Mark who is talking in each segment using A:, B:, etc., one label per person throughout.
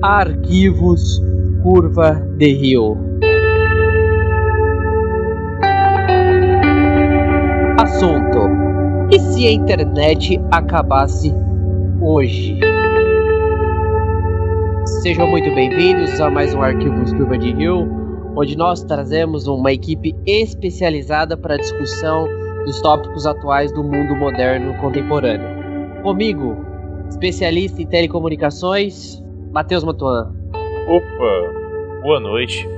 A: Arquivos Curva de Rio. Assunto: E se a internet acabasse hoje? Sejam muito bem-vindos a mais um Arquivos Curva de Rio, onde nós trazemos uma equipe especializada para a discussão dos tópicos atuais do mundo moderno contemporâneo. Comigo, especialista em telecomunicações, Matheus Matuan.
B: Opa, boa noite.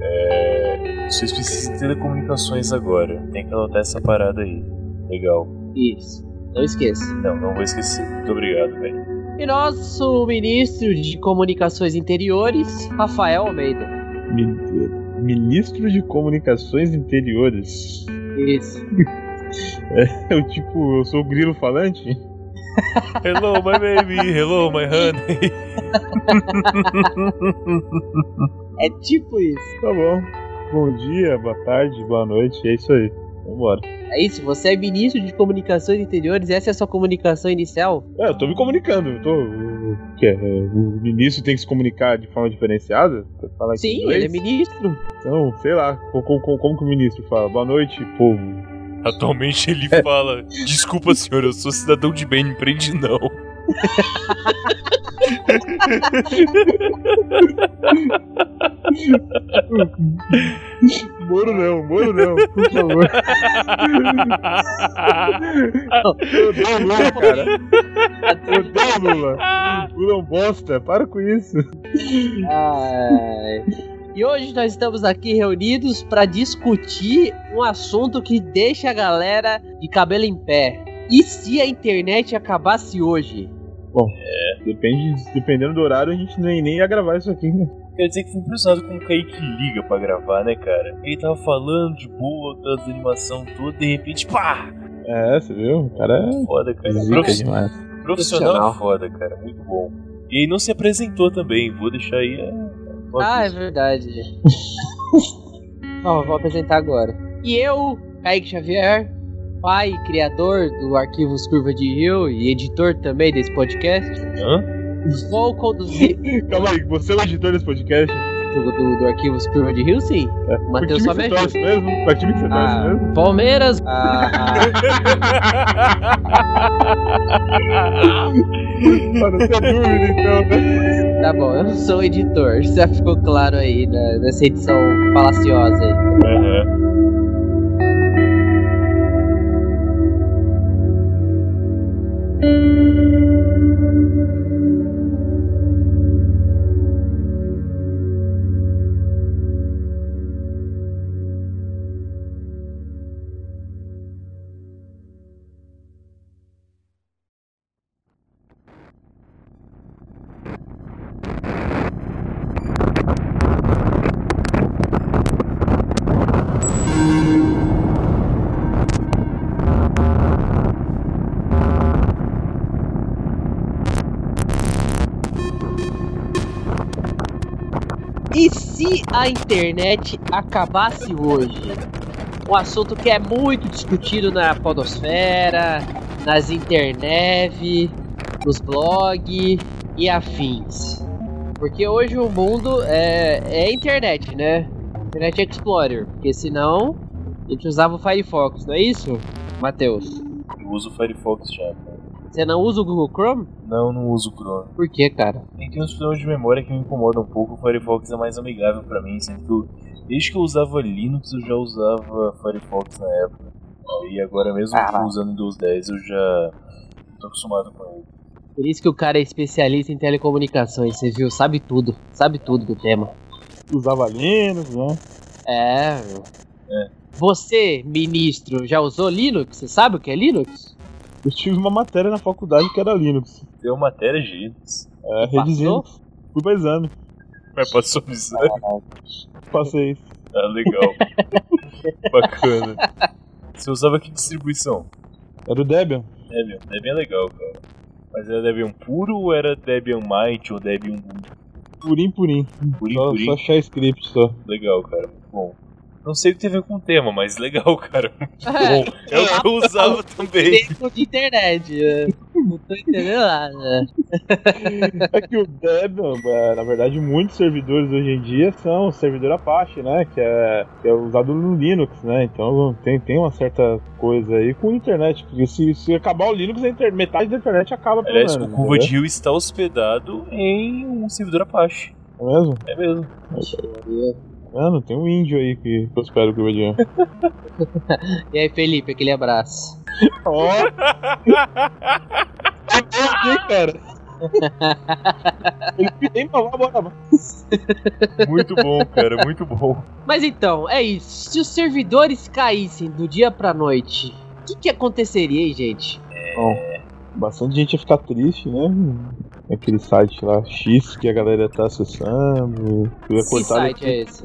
B: É... Vocês precisam de telecomunicações agora. Tem que anotar essa parada aí. Legal.
A: Isso, não esqueça.
B: Não, não vou esquecer. Muito obrigado, velho.
A: E nosso ministro de Comunicações Interiores, Rafael Almeida.
C: Min- Ministro de Comunicações Interiores.
A: Isso.
C: É, eu tipo, eu sou o grilo falante?
B: Hello, my baby. Hello, my honey.
A: É tipo isso.
C: Tá bom. Bom dia, boa tarde, boa noite, é isso aí. Vambora.
A: É isso, você é ministro de Comunicações Interiores, essa é a sua comunicação inicial?
C: É, eu tô me comunicando, eu tô. O que é? O ministro tem que se comunicar de forma diferenciada? Pra Falar aqui em
A: Sim,
C: inglês?
A: ele é ministro.
C: Então, sei lá, co- co- co- como, que o ministro fala? Boa noite, povo.
B: Atualmente ele fala: Desculpa, senhor, eu sou cidadão de bem, não prende não.
C: Moro não, moro não, por favor. Eu odeio o Lula, cara. Eu odeio o Lula. Lula é um bosta, para com isso.
A: Ai. E hoje nós estamos aqui reunidos para discutir um assunto que deixa a galera de cabelo em pé. E se a internet acabasse hoje?
C: Depende, dependendo do horário, a gente nem, nem ia gravar isso aqui, né?
B: Quer dizer que fui impressionado com o Kaique liga pra gravar, né, cara? Ele tava falando de boa, tá desanimação toda, de repente, pá!
C: É, você viu? O cara
B: Foda, cara.
C: é zica
B: Profiss-
C: demais.
B: Profissional
A: Profissional.
B: é foda, cara. Muito bom. E aí não se apresentou também, vou deixar aí a.
A: Ah, é verdade. Ó, vou apresentar agora. E eu, Kaique Xavier, pai e criador do Arquivos Curva de Rio e editor também desse podcast,
B: Hã?
A: vou conduzir
C: Calma aí, você é o editor desse podcast?
A: do, do, do Arquivos Curva de Rio, sim. O
C: Pra que
A: Matheus
C: time
A: só
C: que
A: me
C: você
A: ajuda.
C: torce mesmo? Pra que time que você torce
A: Ah,
C: mesmo?
A: Palmeiras. Ah,
C: Pra não ter dúvida, então. né?
A: tá bom, eu não sou editor. Já ficou claro aí na- nessa edição falaciosa aí.
C: né?
B: Aham.
A: E se a internet acabasse hoje? Um assunto que é muito discutido na podosfera, nas internet, nos blogs e afins. Porque hoje o mundo é, é internet, né? Internet Explorer. Porque senão a gente usava o Firefox, não é isso, Matheus?
B: Eu uso o Firefox já, cara.
A: Você não usa o Google Chrome?
B: Não, não uso o Chrome.
A: Por que, cara?
B: Tem que ter uns problemas de memória que me incomodam um pouco. O Firefox é mais amigável pra mim, sendo que eu- desde que eu usava Linux, eu já usava Firefox na época. E agora mesmo
A: Caraca.
B: usando Windows 10, eu já tô acostumado com ele.
A: Por isso que o cara é especialista em telecomunicações, você viu? Sabe tudo, sabe tudo do tema.
C: Usava Linux, né?
A: É. Você, ministro, já usou Linux? Você sabe o que é Linux?
C: Eu tive uma matéria na faculdade que era Linux.
B: Deu matéria de Linux.
C: É, redes
A: Passou?
C: Linux. Fui pra exame.
B: Mas passou no exame.
C: Passei.
B: Tá legal. Bacana. Você usava que distribuição?
C: Era o Debian.
B: Debian. Debian é legal, cara. Mas era Debian puro ou era Debian Might ou Debian
C: Purim, purim.
B: Purim
C: Só,
B: Purim?
C: só shell script, só.
B: Legal, cara. Muito bom. Não sei o que tem a ver com o tema, mas legal, cara.
A: É,
B: É o que eu usava também.
A: dentro de internet. é. Não tô entendendo nada.
C: É que o Debian, é, na verdade, muitos servidores hoje em dia são servidor Apache, né? Que é, que é usado no Linux, né? Então tem, tem uma certa coisa aí com a internet. Porque se, se acabar o Linux, a inter- metade da internet acaba pelo
B: Aliás, o
C: menos,
B: Curva
C: entendeu?
B: de Rio está hospedado em um servidor Apache.
C: É mesmo?
B: É mesmo.
C: Ah, não tem um índio aí que eu espero que eu vou
A: E aí, Felipe, aquele abraço.
C: Ó! Tá bom aqui, cara. Ele tem pra lá, bora, bora.
B: Muito bom, cara, muito bom.
A: Mas então, é isso. Se os servidores caíssem do dia pra noite, o que, que aconteceria, hein, gente?
C: Bastante gente ia ficar triste, né? Aquele site lá, X, que a galera tá acessando. Eu ia
A: Que
C: cortar
A: site é esse?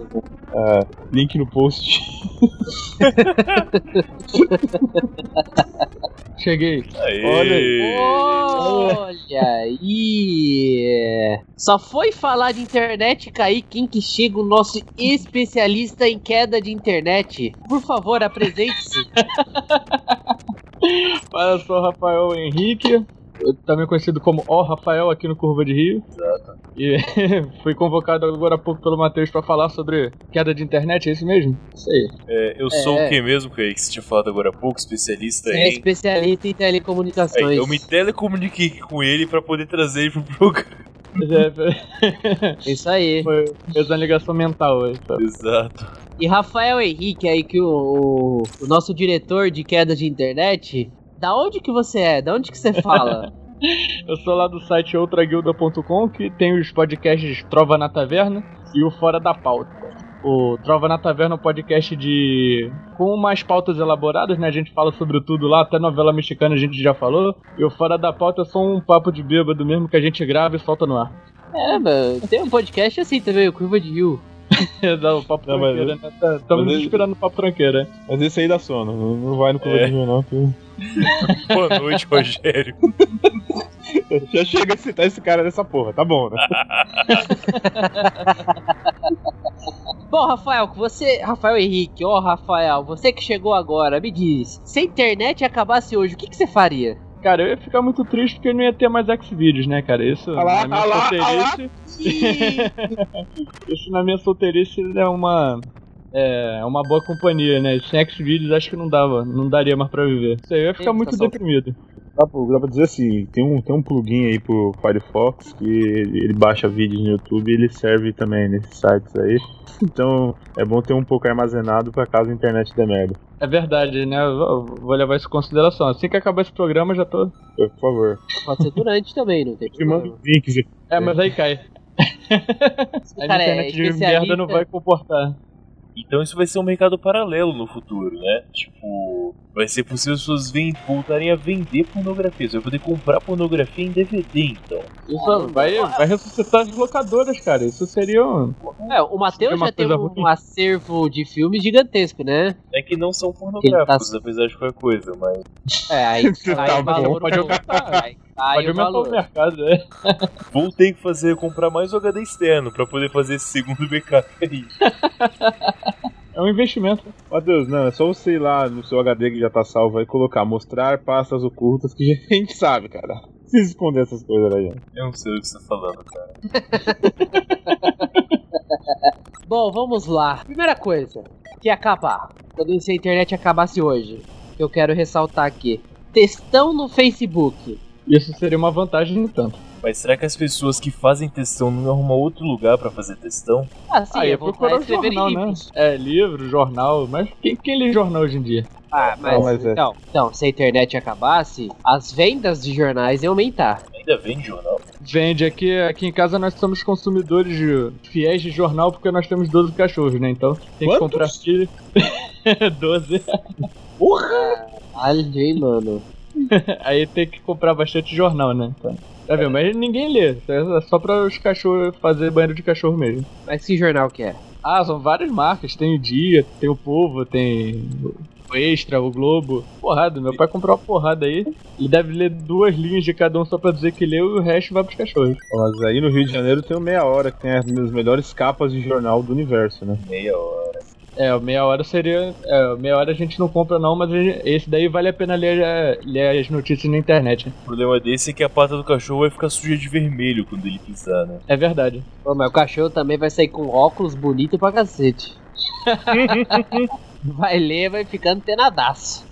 C: link no post.
A: Cheguei.
B: Aê. É.
A: Olha aí! Só foi falar de internet cair quem que chega o nosso especialista em queda de internet. Por favor, apresente-se.
D: Fala, eu sou o Rafael Henrique, eu também conhecido como O Rafael aqui no Curva de Rio. Exato. E fui convocado agora há pouco pelo Matheus pra falar sobre queda de internet, é isso mesmo? Isso aí.
B: É, eu sou
A: É.
B: o que mesmo, Kaique, que você tinha falado agora há pouco, especialista
A: É
B: em...
A: especialista em telecomunicações.
B: Aí, É, eu me telecomuniquei com ele pra poder trazer ele pro programa.
D: Mas é,
A: Isso aí.
D: foi fez uma ligação mental hoje. tá?
B: Exato.
A: E Rafael Henrique aí, que o, o nosso diretor de queda de internet. Da onde que você é? Da onde que você fala?
D: Eu sou lá do site outraguilda.com que tem os podcasts Trova na Taverna e o Fora da Pauta. O Trova na Taverna é um podcast de. com mais pautas elaboradas, né? A gente fala sobre tudo lá, até novela mexicana a gente já falou. E o Fora da Pauta é só um papo de bêbado mesmo que a gente grava e solta no ar.
A: é, mano, tem um podcast assim também, o Curva de Rio.
D: É, Dá o papo
C: Não, mas-
D: tranqueira, né? Tá- Estamos
C: mas-
D: nos inspirando no papo né? tranqueira.
C: Mas esse aí dá sono, não, não vai no colorinho não. que-
B: Boa noite, Rogério.
C: Já chega a citar esse cara nessa porra, tá bom, né?
A: Bom, Rafael, que você. Rafael Henrique, ó, Rafael, você que chegou agora, me diz. Se a internet acabasse hoje, o que, que você faria?
D: Cara, eu ia ficar muito triste porque não ia ter mais X-Videos, né, cara? Isso
C: Ah lá,
D: na minha
C: ah lá, ah
D: solteirice.
A: Ih,
D: Isso na minha solteirice é uma. É uma boa companhia, né? Sem X-Videos acho que não dava, não daria mais pra viver. Isso aí eu ia ficar
A: Sim,
D: muito
A: tá solto.
D: deprimido.
C: Dá pra, dá pra dizer assim, tem um, tem um plugin aí pro Firefox que ele, ele baixa vídeos no YouTube e ele serve também nesses sites aí. Então é bom ter um pouco armazenado pra caso a internet dê merda.
D: É verdade, né? Eu vou- vou levar isso em consideração. Assim que acabar esse programa, eu já tô.
C: Por favor.
A: Pode ser durante também, não tem
C: Me manda um
A: problema.
C: os links.
D: É, mas aí cai.
A: Esse
D: A
A: cara é
D: internet de
A: especialista-
D: merda não vai comportar.
B: Então isso vai ser um mercado paralelo no futuro, né? Tipo, vai ser possível as pessoas ven- voltarem a vender pornografia. Você vai poder comprar pornografia em DVD, então.
D: Isso vai, vai ressuscitar as locadoras, cara. Isso seria um.
A: É, o Matheus
D: Seria uma
A: já tem
D: coisa
A: um,
D: ruim.
A: acervo de filmes gigantesco, né?
B: É que não são pornográficos,
A: Ele
B: apesar de qualquer coisa, mas.
A: É, aí
C: Você
A: cai
C: tá
A: o valor.
C: bom,
D: pode
A: um pouco,
D: aumentar.
A: aí cai
D: Pode
A: o
D: aumentar o
A: valor.
D: mercado, é.
B: Vou ter que fazer comprar mais HD externo pra poder fazer esse segundo backup aí.
D: É um investimento.
C: Ó Deus, não, é só você ir lá no seu HD que já tá salvo aí e colocar, mostrar pastas ocultas que a gente sabe, cara. Não Precisa esconder essas coisas aí. né?
B: Eu não sei o que você tá falando, cara.
A: Bom, vamos lá. Primeira coisa que ia acabar. Quando se a internet acabasse hoje, que eu quero ressaltar aqui. Textão no Facebook.
D: Isso seria uma vantagem no tanto.
B: Mas será que as pessoas que fazem testão não arrumam outro lugar pra fazer testão?
A: Assim,
D: Ah,
A: é
D: ia
A: voltar
D: procurar
A: a
D: o
A: escrever
D: jornal, né?
A: livros.
D: É, livro, jornal, mas quem, quem lê jornal hoje em dia?
A: Ah, mas,
C: Não, mas é.
A: então, então, se a internet acabasse, as vendas de jornais iam aumentar.
B: Ainda vende jornal?
D: Vende aqui, aqui em casa nós somos consumidores de- fiéis de jornal porque nós temos 12 cachorros, né? Então tem que
C: Quantos?
D: comprar filho. 12.
A: Olha, hein, mano.
D: Aí tem que comprar bastante jornal, né? Então, tá vendo? Mas ninguém lê. É só pra os cachorros fazer banheiro de cachorro mesmo.
A: Mas que jornal que é?
D: Ah, são várias marcas. Tem o Dia, tem o Povo, tem o Extra, o Globo. Porrada. Meu pai comprou uma porrada aí. Ele deve ler duas linhas de cada um só pra dizer que leu e o resto vai pros cachorros.
C: Ó, Mas aí no Rio de Janeiro tem o Meia Hora, que tem as melhores capas de jornal do universo, né?
B: Meia hora.
D: É, o meia hora seria. É, o meia hora a gente não compra não, mas a gente- esse daí vale a pena ler, é, ler as notícias na internet.
B: O problema desse é que a pata do cachorro vai ficar suja de vermelho quando ele pisar, né?
D: É verdade.
A: Pô, mas o cachorro também vai sair com óculos bonito pra cacete. vai ler, vai ficando tenadaço.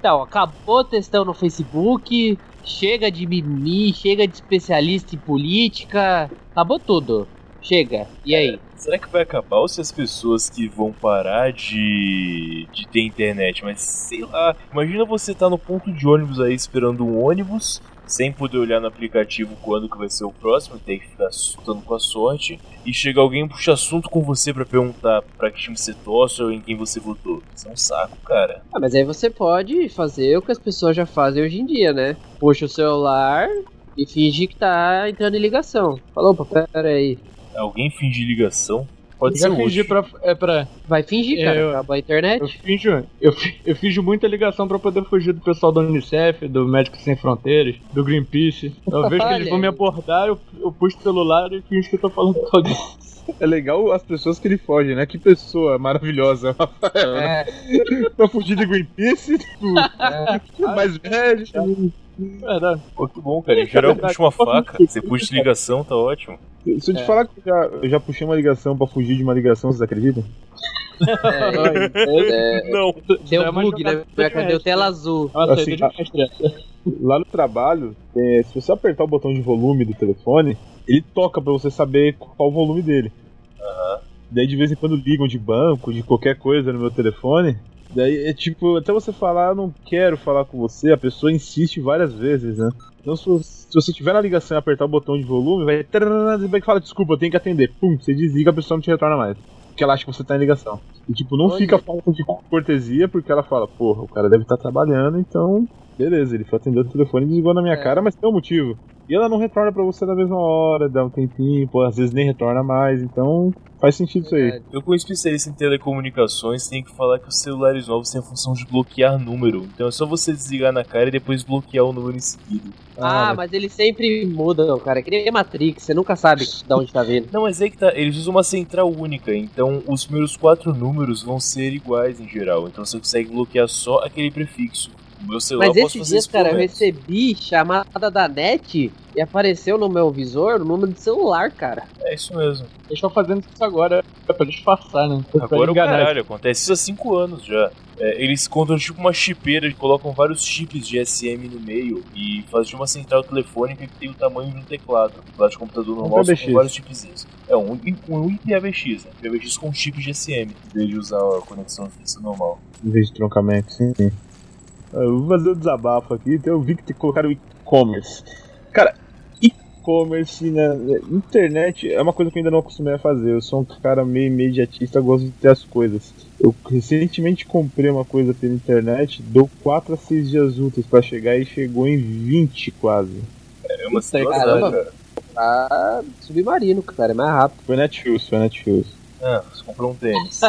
A: então, acabou o textão no Facebook. Chega de mimimi, chega de especialista em política. Acabou tudo. Chega. E aí?
B: Será que vai acabar ou se as pessoas que vão parar de, de ter internet? Mas sei lá, imagina você tá no ponto de ônibus aí esperando um ônibus, sem poder olhar no aplicativo quando que vai ser o próximo, tem que ficar assustando com a sorte, e chega alguém e puxa assunto com você pra perguntar pra que time você torce ou em quem você votou. Isso é um saco, cara.
A: Ah, mas aí você pode fazer o que as pessoas já fazem hoje em dia, né? Puxa o celular e finge que tá entrando em ligação. Falou, opa, pera aí.
B: Alguém fingir ligação? Pode
D: já
B: ser
D: fingi
B: hoje.
D: pra. É pra. é,
A: Vai fingir, cara.
D: Eu-
A: Acabou a
D: Eu
A: internet.
D: finjo. Eu, fi- eu finjo muita ligação pra poder fugir do pessoal da Unicef, do Médicos Sem Fronteiras, do Greenpeace. Eu vejo que
A: Olha
D: eles vão me
A: aí.
D: abordar, eu, eu puxo o celular e finjo que eu tô falando com alguém.
C: É legal as pessoas que ele foge, né? Que pessoa maravilhosa, Rafael. né?
A: É,
C: Pra fugir de Greenpeace, do- mais velho.
D: Verdade.
B: Pô, que bom, cara. Em
D: É
B: geral puxa uma faca, você puxa ligação, tá ótimo.
C: Se eu te
A: É.
C: falar que eu já, eu já puxei uma ligação pra fugir de uma ligação, vocês acreditam?
A: é, é,
B: Não.
D: é
A: deu
D: uma
A: bug, né?
D: jogada
A: Deu
D: diferente,
A: tela
D: né?
A: azul.
D: É uma
C: Assim,
D: saída de mestre.
C: Lá no trabalho, é, se você apertar o botão de volume do telefone, ele toca pra você saber qual o volume dele. Daí de vez em quando ligam de banco, de qualquer coisa no meu telefone. Daí é tipo, até você falar, "Eu não quero falar com você, a pessoa insiste várias vezes, né? Então se você, se você tiver na ligação e apertar o botão de volume, vai. tararara, Você vai que fala, desculpa, eu tenho que atender. Pum, você desliga, a pessoa não te retorna mais. Porque ela acha que você tá em ligação. E tipo, não
A: Olha.
C: fica falta de cortesia, porque ela fala, porra, o cara deve estar trabalhando, então. Beleza, ele foi atender o telefone e desligou na minha
A: É.
C: cara, mas tem um motivo. E ela não retorna pra você na mesma hora, dá um tempinho, pô, às vezes nem retorna mais, então faz sentido isso aí.
B: Eu, como especialista em telecomunicações, tenho que falar que os celulares novos têm a função de bloquear número. Então é só você desligar na cara e depois bloquear o número em seguida.
A: Ah, mas eles sempre mudam, cara. É Que nem Matrix, você nunca sabe de onde tá vindo.
B: Não, mas é que tá, eles usam uma central única, então os primeiros quatro números vão ser iguais em geral. Então você consegue bloquear só aquele prefixo. O meu celular
A: Mas
B: eu posso
A: esses
B: fazer
A: dias,
B: isso
A: cara,
B: por
A: eu
B: menos.
A: recebi chamada da net e apareceu no meu visor o número de celular, cara.
B: É isso mesmo.
D: Eles estão fazendo isso agora, é pra disfarçar, né? pra
B: Agora o
D: enganar.
B: caralho, acontece isso há cinco anos já. É, eles contam tipo uma chipeira, colocam vários chips de SM no meio e fazem de uma central telefônica que tem o tamanho de um teclado. Teclado de computador normal só
C: IPBX.
B: com vários chipzinhos. É um, I- um IPBX, né? IPBX com chip de SM, em vez de usar a conexão fixa normal.
C: Em vez de troncamento, sim. sim. Eu vou fazer um desabafo aqui, então eu vi que te colocaram e-commerce. Cara, e-commerce na na internet é uma coisa que eu ainda não acostumei a fazer. Eu sou um cara meio imediatista, gosto de ter as coisas. Eu recentemente comprei uma coisa pela internet, deu 4 a 6 dias úteis pra chegar e chegou em 20 quase.
B: É uma
A: Puta,
B: situação,
A: caramba.
B: né, cara.
A: Ah, submarino, cara, é mais rápido.
C: Foi Netshoes, foi Netshoes.
B: Ah, você comprou um tênis.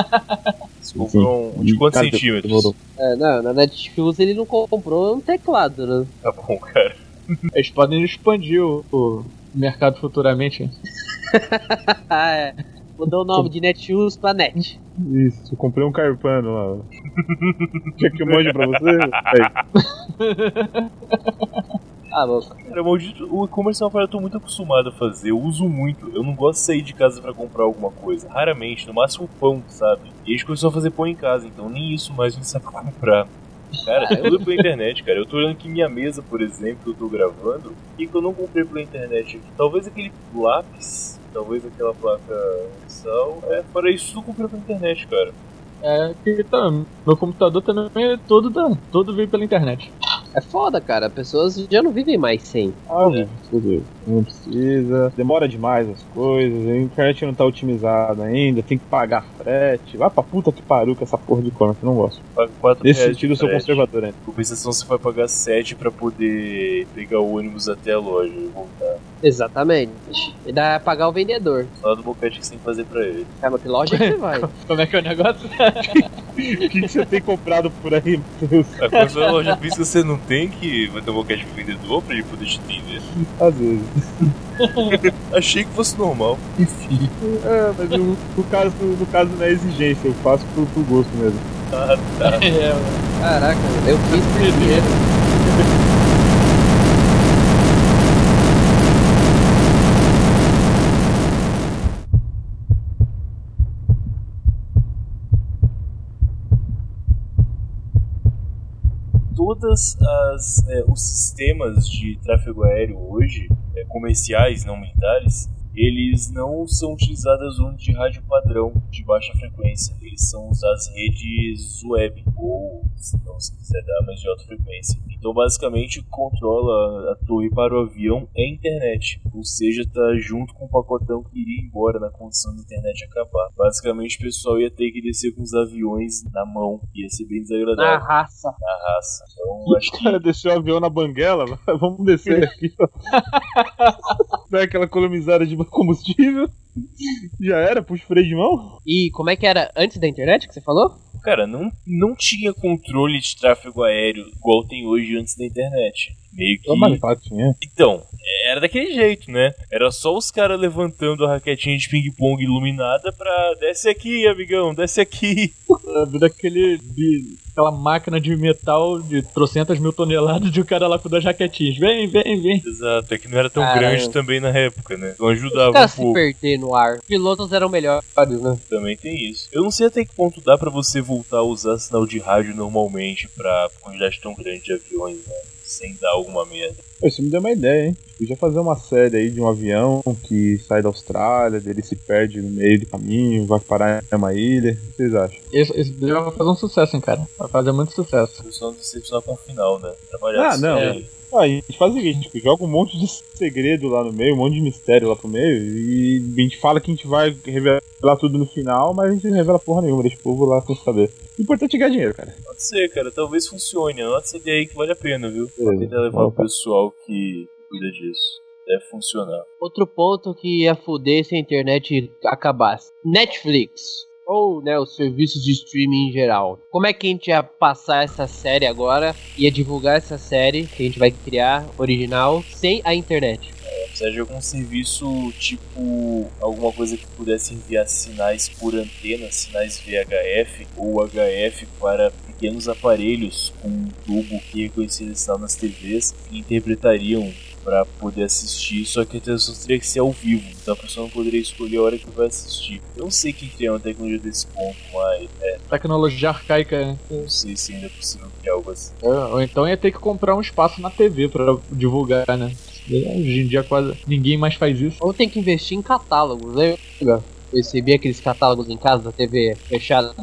B: Você comprou um de quantos
C: Cara,
B: centímetros?
C: demorou.
A: É, não, na Netshoes ele não comprou um teclado, né?
B: Tá bom, cara.
D: Eles podem expandir o, o mercado futuramente.
A: Ah, é. Mudou o nome de Netshoes pra Net.
C: Isso, eu comprei um carpano lá. Quer que eu mande pra você? Aí.
A: Ah, louco.
B: Cara, maldito, o e-commerce é uma parada que eu tô muito acostumado a fazer, eu uso muito. Eu não gosto de sair de casa pra comprar alguma coisa, raramente, no máximo pão, sabe? E eles começaram a fazer pão em casa, então nem isso mais a gente sabe comprar. Cara, tudo pela internet, cara. Eu tô olhando aqui minha mesa, por exemplo, que eu tô gravando, e que eu não comprei pela internet aqui. Talvez aquele lápis, talvez aquela placa de sal. É, fora isso, tudo eu comprei pela internet, cara.
D: É que tá, meu computador também é todo da, todo veio pela internet.
A: É foda, cara. Pessoas já não vivem mais sem.
C: Ah, tudo. Não precisa. Demora demais as coisas. A internet não tá otimizada ainda. Tem que pagar frete. Vai pra puta que pariu com essa porra de e-commerce. eu Não gosto.
B: Pago 4
C: Nesse
B: reais de
C: sentido, eu sou
B: frete.
C: conservador ainda.
B: Compensação, você vai pagar 7 pra poder pegar o ônibus até a loja e voltar.
A: Exatamente. E dá pra pagar o vendedor. Tá,
B: Só do boquete que você tem que fazer pra ele.
A: Cara, mas que loja que você vai?
D: Como é que é o negócio?
C: O que, que você tem comprado por aí, Matheus?
B: A quando a loja física você não tem que vai ter um boquete pro vendedor pra ele poder te entender.
C: Às vezes.
B: Achei que fosse normal. Enfim.
C: É, mas no, no caso, no caso não é exigência, eu faço por, por gosto mesmo.
D: É,
A: Caraca, eu fiz por
B: né?
A: dinheiro.
B: Todas as é, os sistemas de tráfego aéreo hoje, é, comerciais, não militares, eles não são utilizadas onde de rádio padrão de baixa frequência. Eles são usadas redes web ou se não se quiser dar mais de alta frequência. Então basicamente controla a torre para o avião é internet, ou seja, tá junto com o pacotão que iria embora na condição da internet acabar. Basicamente o pessoal ia ter que descer com os aviões na mão, ia ser bem
A: Na
B: desagradável
A: raça.
B: na raça. Então acho que
C: Cara, desceu o avião na banguela, vamos descer aqui. ó. Dá aquela economizada de combustível. Já era, puxa o freio de mão.
A: E como é que era antes da internet que você falou?
B: Cara, não, não tinha controle de tráfego aéreo igual tem hoje antes da internet. Meio que.
C: patinha.
B: Então, era daquele jeito, né? Era só os caras levantando a raquetinha de ping-pong iluminada pra. Desce aqui, amigão, desce aqui.
D: é, vira aquele. bi- aquela máquina de metal de trocentas mil toneladas de um cara lá com duas jaquetinhas. Vem, vem, vem.
B: Exato, é que não era tão
A: Caramba.
B: grande também na época, né? Então ajudava
A: Os
B: um
A: caras se
B: pouco.
A: perder no ar. Os pilotos eram melhores, né?
B: Também tem isso. Eu não sei até que ponto dá pra você voltar a usar sinal de rádio normalmente pra quantidade tão grande de aviões, né? Sem dar alguma merda.
C: Isso me deu uma ideia, hein? Podia fazer uma série aí de um avião que sai da Austrália, dele se perde no meio do caminho, vai parar em uma ilha. O que vocês acham?
D: Esse, esse vídeo vai fazer um sucesso, hein, cara. Vai fazer muito sucesso.
B: Eu só não decepcionar com o final, né? Trabalhar
C: Ah,
B: com
C: não.
B: série.
C: Ah, a gente faz o seguinte, tipo, joga um monte de segredo lá no meio, um monte de mistério lá pro meio, e a gente fala que a gente vai revelar tudo no final, mas a gente não revela porra nenhuma, deixa o povo lá sem saber. O importante é ganhar dinheiro, cara.
B: Pode ser, cara. Talvez funcione. Anota essa ideia aí que vale a pena, viu? Vou
C: Beleza.
B: tentar levar o
C: Opa.
B: pessoal que cuida disso. Deve funcionar.
A: Outro ponto que ia fuder se a internet acabasse. Netflix. Ou, né, os serviços de streaming em geral. Como é que a gente ia passar essa série agora? Ia divulgar essa série que a gente vai criar, original, sem a internet?
B: Precisa de algum serviço, tipo alguma coisa que pudesse enviar sinais por antena, sinais VHF ou HF para pequenos aparelhos com um tubo que reconhecia esse sinal nas TVs e interpretariam para poder assistir, só que a transmissão teria que ser ao vivo, então a pessoa não poderia escolher a hora que vai assistir. Eu não sei quem criou uma tecnologia desse ponto, mas
D: Tecnologia arcaica, né?
B: eu não sei se ainda é possível criar algo assim.
D: É, Ou então ia ter que comprar um espaço na TV pra divulgar, né? Hoje em dia quase ninguém mais faz isso.
A: Ou tem que investir em catálogos, né? Eu recebi aqueles catálogos em casa da TV fechada.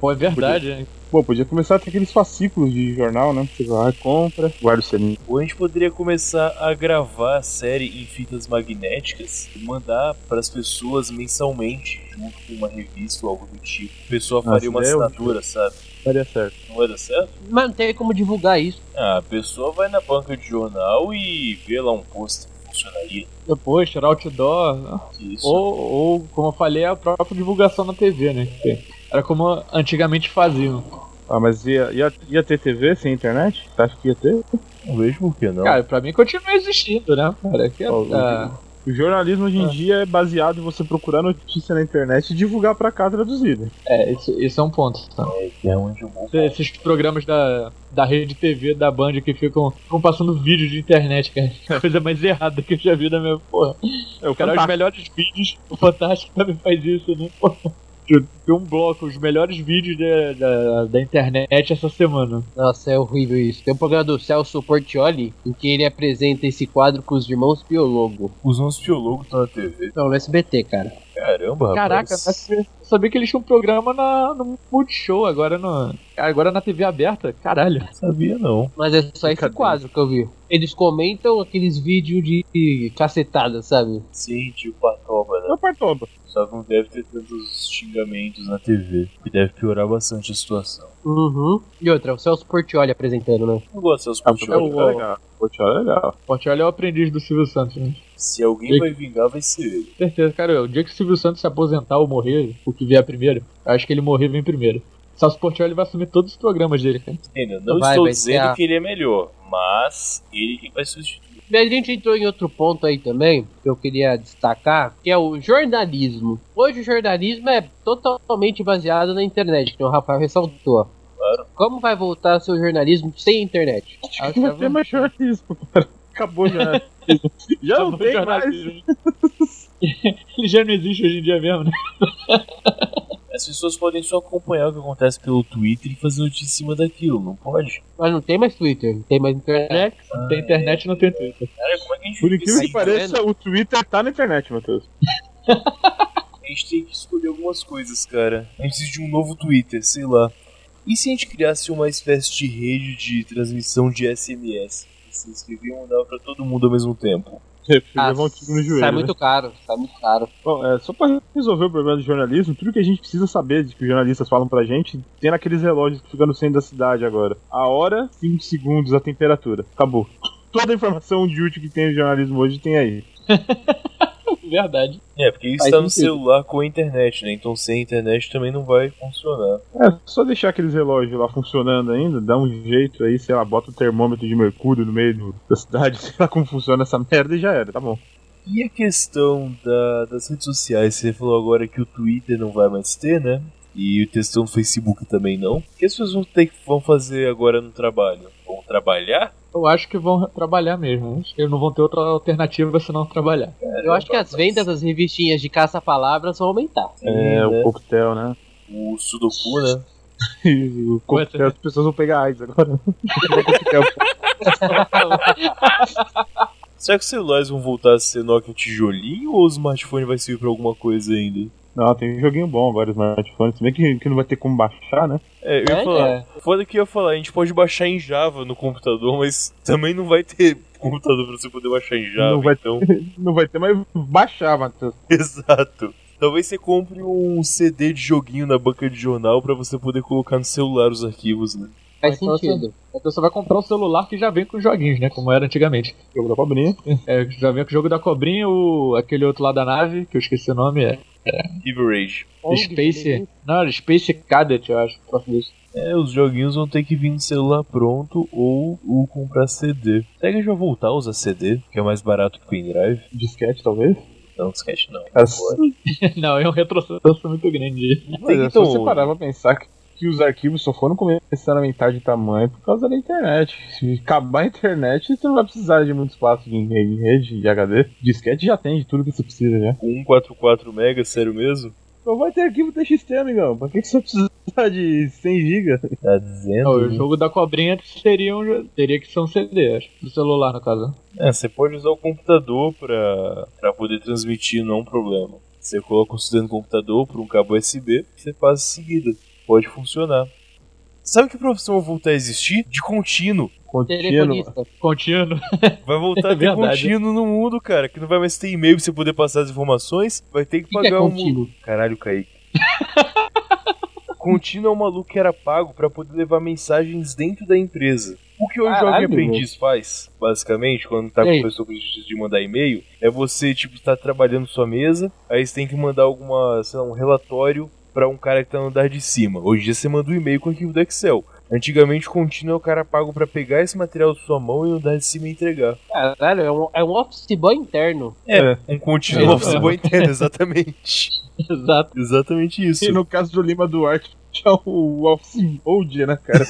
D: Pô, é verdade, né?
C: Pô, podia começar a ter aqueles fascículos de jornal, né? Você vai lá, compra, guarda o selinho.
B: Ou a gente poderia começar a gravar a série em fitas magnéticas e mandar para as pessoas mensalmente, junto com uma revista ou algo do tipo. A pessoa
C: Nossa,
B: faria uma
C: ideia
B: assinatura, sabe?
C: Daria certo.
B: Não vai dar certo?
A: Mas não tem como divulgar isso.
B: Ah, a pessoa vai na banca de jornal e vê lá um pôster que funcionaria.
D: Depois, tirar outdoor. né?
B: Que Isso.
D: Ou, ou, como eu falei, a própria divulgação na TV, né? Que Era como antigamente faziam.
C: Ah, mas ia, ia, ia ter TV sem internet? Você acha que ia ter?
B: Não vejo por que não.
D: Cara, pra mim continua existindo, né, cara? Que,
C: Ó, o-
D: ah,
C: O jornalismo hoje em dia é baseado em você procurar notícia na internet e divulgar pra cá traduzida.
D: é, isso, isso é um ponto. tá?
B: é onde o mundo...
D: Esses programas da, da rede TV, da Band, que ficam, ficam passando vídeo de internet, cara. Coisa mais errada que eu já vi na minha porra.
C: É o
D: Cara, os melhores vídeos. O Fantástico também faz isso, né? Pô, Tem um bloco, os melhores vídeos da, da, da internet essa semana.
A: Nossa, é horrível isso. Tem um programa do Celso Portioli em que ele apresenta esse quadro com os irmãos Piologo.
B: Os nossos biólogos estão na TV.
A: Não, é no SBT, cara.
B: Caramba,
D: Caraca,
B: rapaz.
D: mas eu sabia que eles tinham um programa na, no Multishow, agora, no, agora na TV aberta. Caralho.
B: Não sabia não.
A: Mas é só esse
C: Cadê?
A: quadro que eu vi. Eles comentam aqueles vídeos de cacetada, sabe?
B: Sim, tipo Patoba, né?
C: É o Partoba.
B: Só que não deve ter tantos xingamentos na TV. Que deve piorar bastante a situação.
A: Uhum. E outra, o Celso Portioli apresentando, né?
B: Eu gosto de seus
C: Ah, o Portiola é
B: Patoba.
C: legal. O Portiola é legal.
D: Forte, olha o aprendiz do Silvio Santos, né?
B: Se alguém
D: E-
B: vai vingar, vai ser ele.
D: Certeza, cara. O dia que o Silvio Santos se aposentar ou morrer, o que vier primeiro, eu acho que ele morrer vem primeiro. Celso Portioli vai assumir todos os programas dele, cara.
B: Entendeu? Não
A: Vai,
B: estou
A: vai ser
B: dizendo
A: a-
B: que ele é melhor, mas ele que vai substituir.
A: E a gente entrou em outro ponto aí também, que eu queria destacar, que é o jornalismo. Hoje o jornalismo é totalmente baseado na internet, que o Rafael ressaltou. Como vai voltar a ser o jornalismo sem internet?
D: Ah,
C: Não tem mais jornalismo, cara. Acabou já. já não tem mais.
D: né? Ele já não existe hoje em dia mesmo, né?
B: As pessoas podem só acompanhar o que acontece pelo Twitter e fazer notícia em cima daquilo, não pode?
A: Mas não tem mais Twitter, não tem mais internet.
D: É, tem internet não tem Twitter.
B: Cara, como é que a gente
C: Por
B: fica
C: incrível
B: assim,
C: que pareça, o Twitter tá na internet, Matheus.
B: A gente tem que escolher algumas coisas, cara. A gente precisa de um novo Twitter, sei lá. E se a gente criasse uma espécie de rede de transmissão de SMS? Se inscrevia e mandava pra todo mundo ao mesmo tempo.
A: Ah,
C: Levar um tiro no joelho.
A: sai
C: né?
A: muito caro, sai muito caro.
C: Bom, é, só pra resolver o problema do jornalismo, tudo que a gente precisa saber de que os jornalistas falam pra gente tem naqueles relógios que ficam no centro da cidade agora. A hora, 5 segundos, a temperatura. Acabou. Toda a informação de útil que tem no jornalismo hoje tem aí.
D: Verdade.
B: É, porque isso
A: Faz
B: tá no
A: sentido.
B: celular com a internet, né? Então sem a internet também não vai funcionar.
C: É, só deixar aqueles relógios lá funcionando ainda, dá um jeito aí, sei lá, bota o termômetro de mercúrio no meio do- da cidade, sei lá como funciona essa merda e já era, tá bom.
B: E a questão da- das redes sociais? Você falou agora que o Twitter não vai mais ter, né? E o textão do Facebook também não. O que as pessoas vão, ter, que- vão fazer agora no trabalho? Vão trabalhar?
D: Eu acho que vão trabalhar mesmo. Acho que eles não vão ter outra alternativa senão trabalhar.
A: Eu acho que as vendas das revistinhas de caça-palavras vão aumentar.
C: É,
B: né?
C: o coquetel, né?
B: O Sudoku, né?
C: E o coquetel, as pessoas vão pegar AIDS agora.
B: Será que os celulares vão voltar a ser Nokia tijolinho ou o smartphone vai servir pra alguma coisa ainda?
C: Não, tem um joguinho bom agora, smartphone, se bem que, que não vai ter como baixar, né?
B: É, eu ia
A: É,
B: falar.
A: é.
B: Foda que eu ia falar, a gente pode baixar em Java no computador, mas também não vai ter computador pra você poder baixar em Java,
C: Não vai-
B: então.
C: Não vai ter, mas baixar, Matheus.
B: Exato. Talvez você compre um CD de joguinho na banca de jornal pra você poder colocar no celular os arquivos, né?
A: Faz
D: Então, assim,
A: sentido.
D: A pessoa vai comprar um celular que já vem com os joguinhos, né? Como era antigamente.
C: Jogo da cobrinha.
D: É, já vem com o jogo da cobrinha, o aquele outro lá da nave, que eu esqueci o nome, é
B: Evil Rage.
A: assim,
D: Space. Não, era Space Cadet, eu acho. um troço desse.
B: É, os joguinhos vão ter que vir no celular pronto ou, ou comprar CD. Será que a gente vai voltar a usar CD, que é mais barato que pendrive?
C: Disquete, talvez.
B: Não, disquete não.
C: Cara,
D: Não, é um retrocesso muito grande.
C: Mas é só
B: então,
C: você parar pra pensar que, que os arquivos só foram começando a aumentar de tamanho por causa da internet. Se acabar a internet, você não vai precisar de muito espaço de rede, de rede, de HD. Disquete já tem de tudo que você precisa, já.
B: com 144 mega, sério mesmo?
C: Só vai ter arquivo TXT, amigão. Pra que que você vai precisar de 100 GB?
B: Tá
D: Não,
B: dizendo?
D: o jogo da cobrinha seria, um, jo- teria que ser um CD, acho. Do celular, no caso.
B: É, você pode usar o computador pra, pra poder transmitir, não é um problema. Você coloca o CD no computador por um cabo USB e você faz em seguida. Pode funcionar. Sabe que profissão vai voltar a existir? De contínuo.
C: Contínuo.
A: Telefonista.
D: Contínuo.
B: Vai voltar
D: É
B: a ter
D: verdade.
B: contínuo no mundo, cara. Que não vai mais ter e-mail pra você poder passar as informações. Vai ter que
A: O que que é
B: pagar um.
A: contigo?
B: Caralho, Kaique. Contínuo é um maluco que era pago pra poder levar mensagens dentro da empresa. O que o jovem
C: Caralho,
B: aprendiz faz, basicamente, quando tá
A: E aí?
B: com pessoa com justiça de mandar e-mail, é você, tipo, tá trabalhando sua mesa, aí você tem que mandar alguma, sei lá, um relatório pra um cara que tá no andar de cima. Hoje em dia você manda um e-mail com o arquivo do Excel. Antigamente, o contínuo é o cara pago pra pegar esse material da sua mão e no andar de cima e entregar.
A: Caralho, é um, é um office boy interno.
B: É, um contínuo
D: É.
B: é. office boy interno, exatamente.
D: Exato.
B: Exatamente isso.
C: E no caso do Lima Duarte, é o Office Mode, né, cara?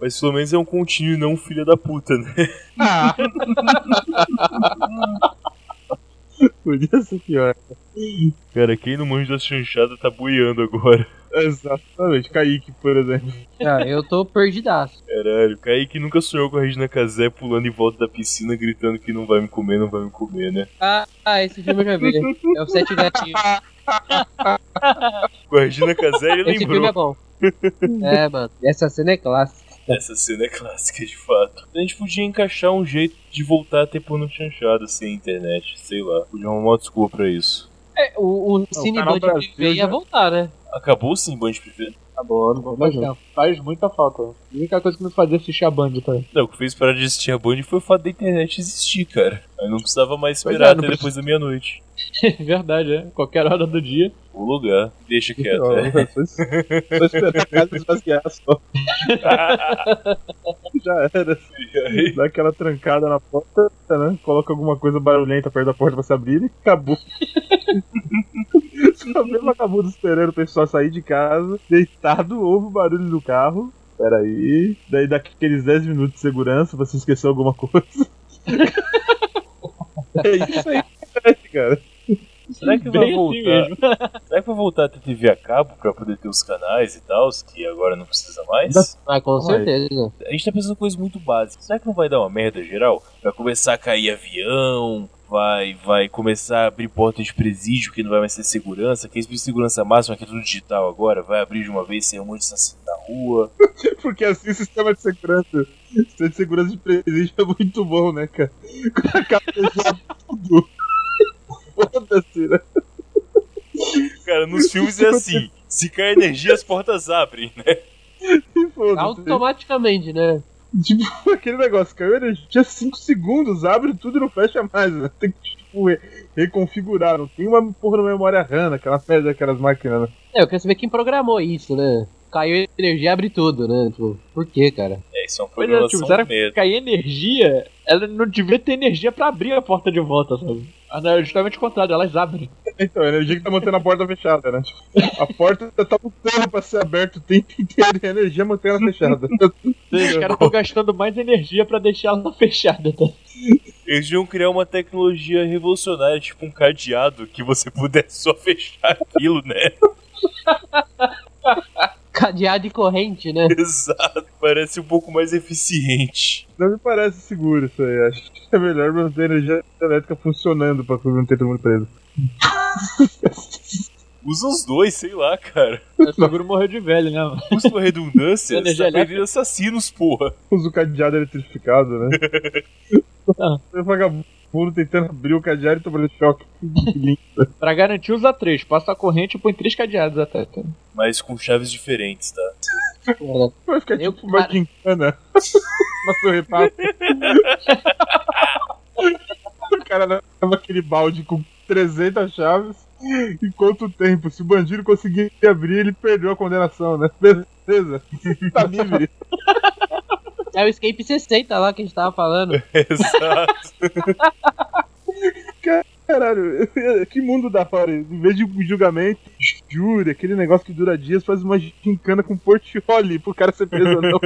B: Mas pelo menos é um contínuo e não um filho da puta, né?
C: Ah. Podia ser pior.
B: Cara, quem não manja das chanchadas tá boiando agora.
C: Exatamente. Kaique, por exemplo.
A: Ah, eu tô perdidaço.
B: Caralho, Kaique nunca sonhou com a Regina Casé pulando em volta da piscina gritando que não vai me comer, não vai me comer, né?
A: Ah, ah, esse filme eu já vi. É o Sete Gatinhos.
B: Com a Regina Casé ele
A: Esse filme é
B: lembrou.
A: bom. É, mano. Essa cena é clássica.
B: Essa cena é clássica, de fato. A gente podia encaixar um jeito de voltar a ter porno chanchada sem internet, sei lá. Podia arrumar uma desculpa pra isso.
A: É, o, o Cine
C: Canal
A: Band
C: Brasil
A: TV ia
C: já-
A: voltar, né?
B: Acabou sim, Band Privé?
C: Tá bom, não vou mais não.
D: Não, É, faz muita falta. A única coisa que me fazia assistir a Band, cara.
B: Não, o que fez parar de assistir a Band foi o fato da internet existir, cara. Aí não precisava mais
C: Pois é,
B: esperar
C: não
B: até depois da meia-noite.
D: Verdade, é. Qualquer hora do dia.
B: O lugar, deixa quieto.
C: Não,
B: né?
C: Só es- só esperar a casa esvaziar só. Já era. Dá aquela trancada na porta, né? Coloca alguma coisa barulhenta perto da porta pra se abrir e acabou. Só mesmo acabou do esperando o pessoal sair de casa, deitado, ouve o barulho do carro. Peraí. Daí dá aqueles 10 minutos de segurança pra se esquecer alguma coisa. é isso aí que acontece, cara.
B: Será que
D: Bem
B: vai
D: assim
B: voltar?
D: mesmo.
B: Será que vai voltar a ter TV a cabo pra poder ter os canais e tal, que agora não precisa mais?
C: Da-
A: Ah, com
C: Vai.
A: certeza.
B: A gente tá pensando em coisas muito básicas. Será que não vai dar uma merda geral? Vai começar a cair avião, vai vai começar a abrir porta de presídio que não vai mais ter segurança, que é de segurança máxima que é tudo digital agora, vai abrir de uma vez sem um monte de assassino na rua.
C: Porque assim o sistema de segurança. O sistema de segurança de presídio é muito bom, né, cara? Quando acaba de tudo. Foda-se, né?
B: Cara, nos filmes é assim. Se cai energia, as portas abrem, né?
C: E Foda-se.
A: Automaticamente, né?
C: Tipo, aquele negócio, câmera tinha 5 segundos, abre tudo e não fecha mais, né? Tem que, tipo, re- reconfigurar. Não tem uma porra na memória RAM, aquela merda daquelas máquinas, né?
A: É, eu quero saber quem programou isso, né? Caiu energia, abre tudo, né? Tipo, por quê, cara?
B: É, isso é uma
D: Pois é, tipo,
B: programação
D: será
B: de medo.
D: que cair energia, ela não devia ter energia pra abrir a porta de volta, sabe? Ah, não, é justamente o contrário, elas abrem.
C: Então, é a energia que tá mantendo a porta fechada, né? Tipo, a porta tá lutando pra ser aberta o tempo inteiro e a energia mantém ela fechada.
D: Os caras estão gastando mais energia pra deixar ela fechada, tá?
B: Eles iam criar uma tecnologia revolucionária, tipo um cadeado, que você pudesse só fechar aquilo, né?
A: Cadeado e corrente, né?
B: Exato. Parece um pouco mais eficiente.
C: Não me parece seguro isso aí. Acho que é melhor manter a energia elétrica funcionando pra um não ter todo mundo preso.
B: Usa os dois, sei lá, cara.
D: O seguro morreu de velho, né? mano?
B: Usa uma redundância, você
D: Energia
B: tá
D: elétrica.
B: perdendo assassinos, porra.
C: Usa o cadeado eletrificado, né? Tem vagabundo tentando abrir o cadeado e tomando choque.
D: Pra garantir, usa três. Passa a corrente e põe três cadeados até. Tá?
B: Mas com chaves diferentes, tá?
A: Cara,
C: Vai ficar
A: Eu,
C: tipo uma
A: cara-
C: gincana. Passou o repasso. o cara leva aquele balde com 300 chaves. E quanto tempo? Se o bandido conseguir abrir, ele perdeu a condenação, né? Beleza. Tá livre.
A: É o Escape 60 lá que a gente tava falando.
B: Exato.
C: Caralho, que mundo da hora. Em vez de julgamento, júri, aquele negócio que dura dias, faz uma gincana com portioli pro cara ser preso ou não.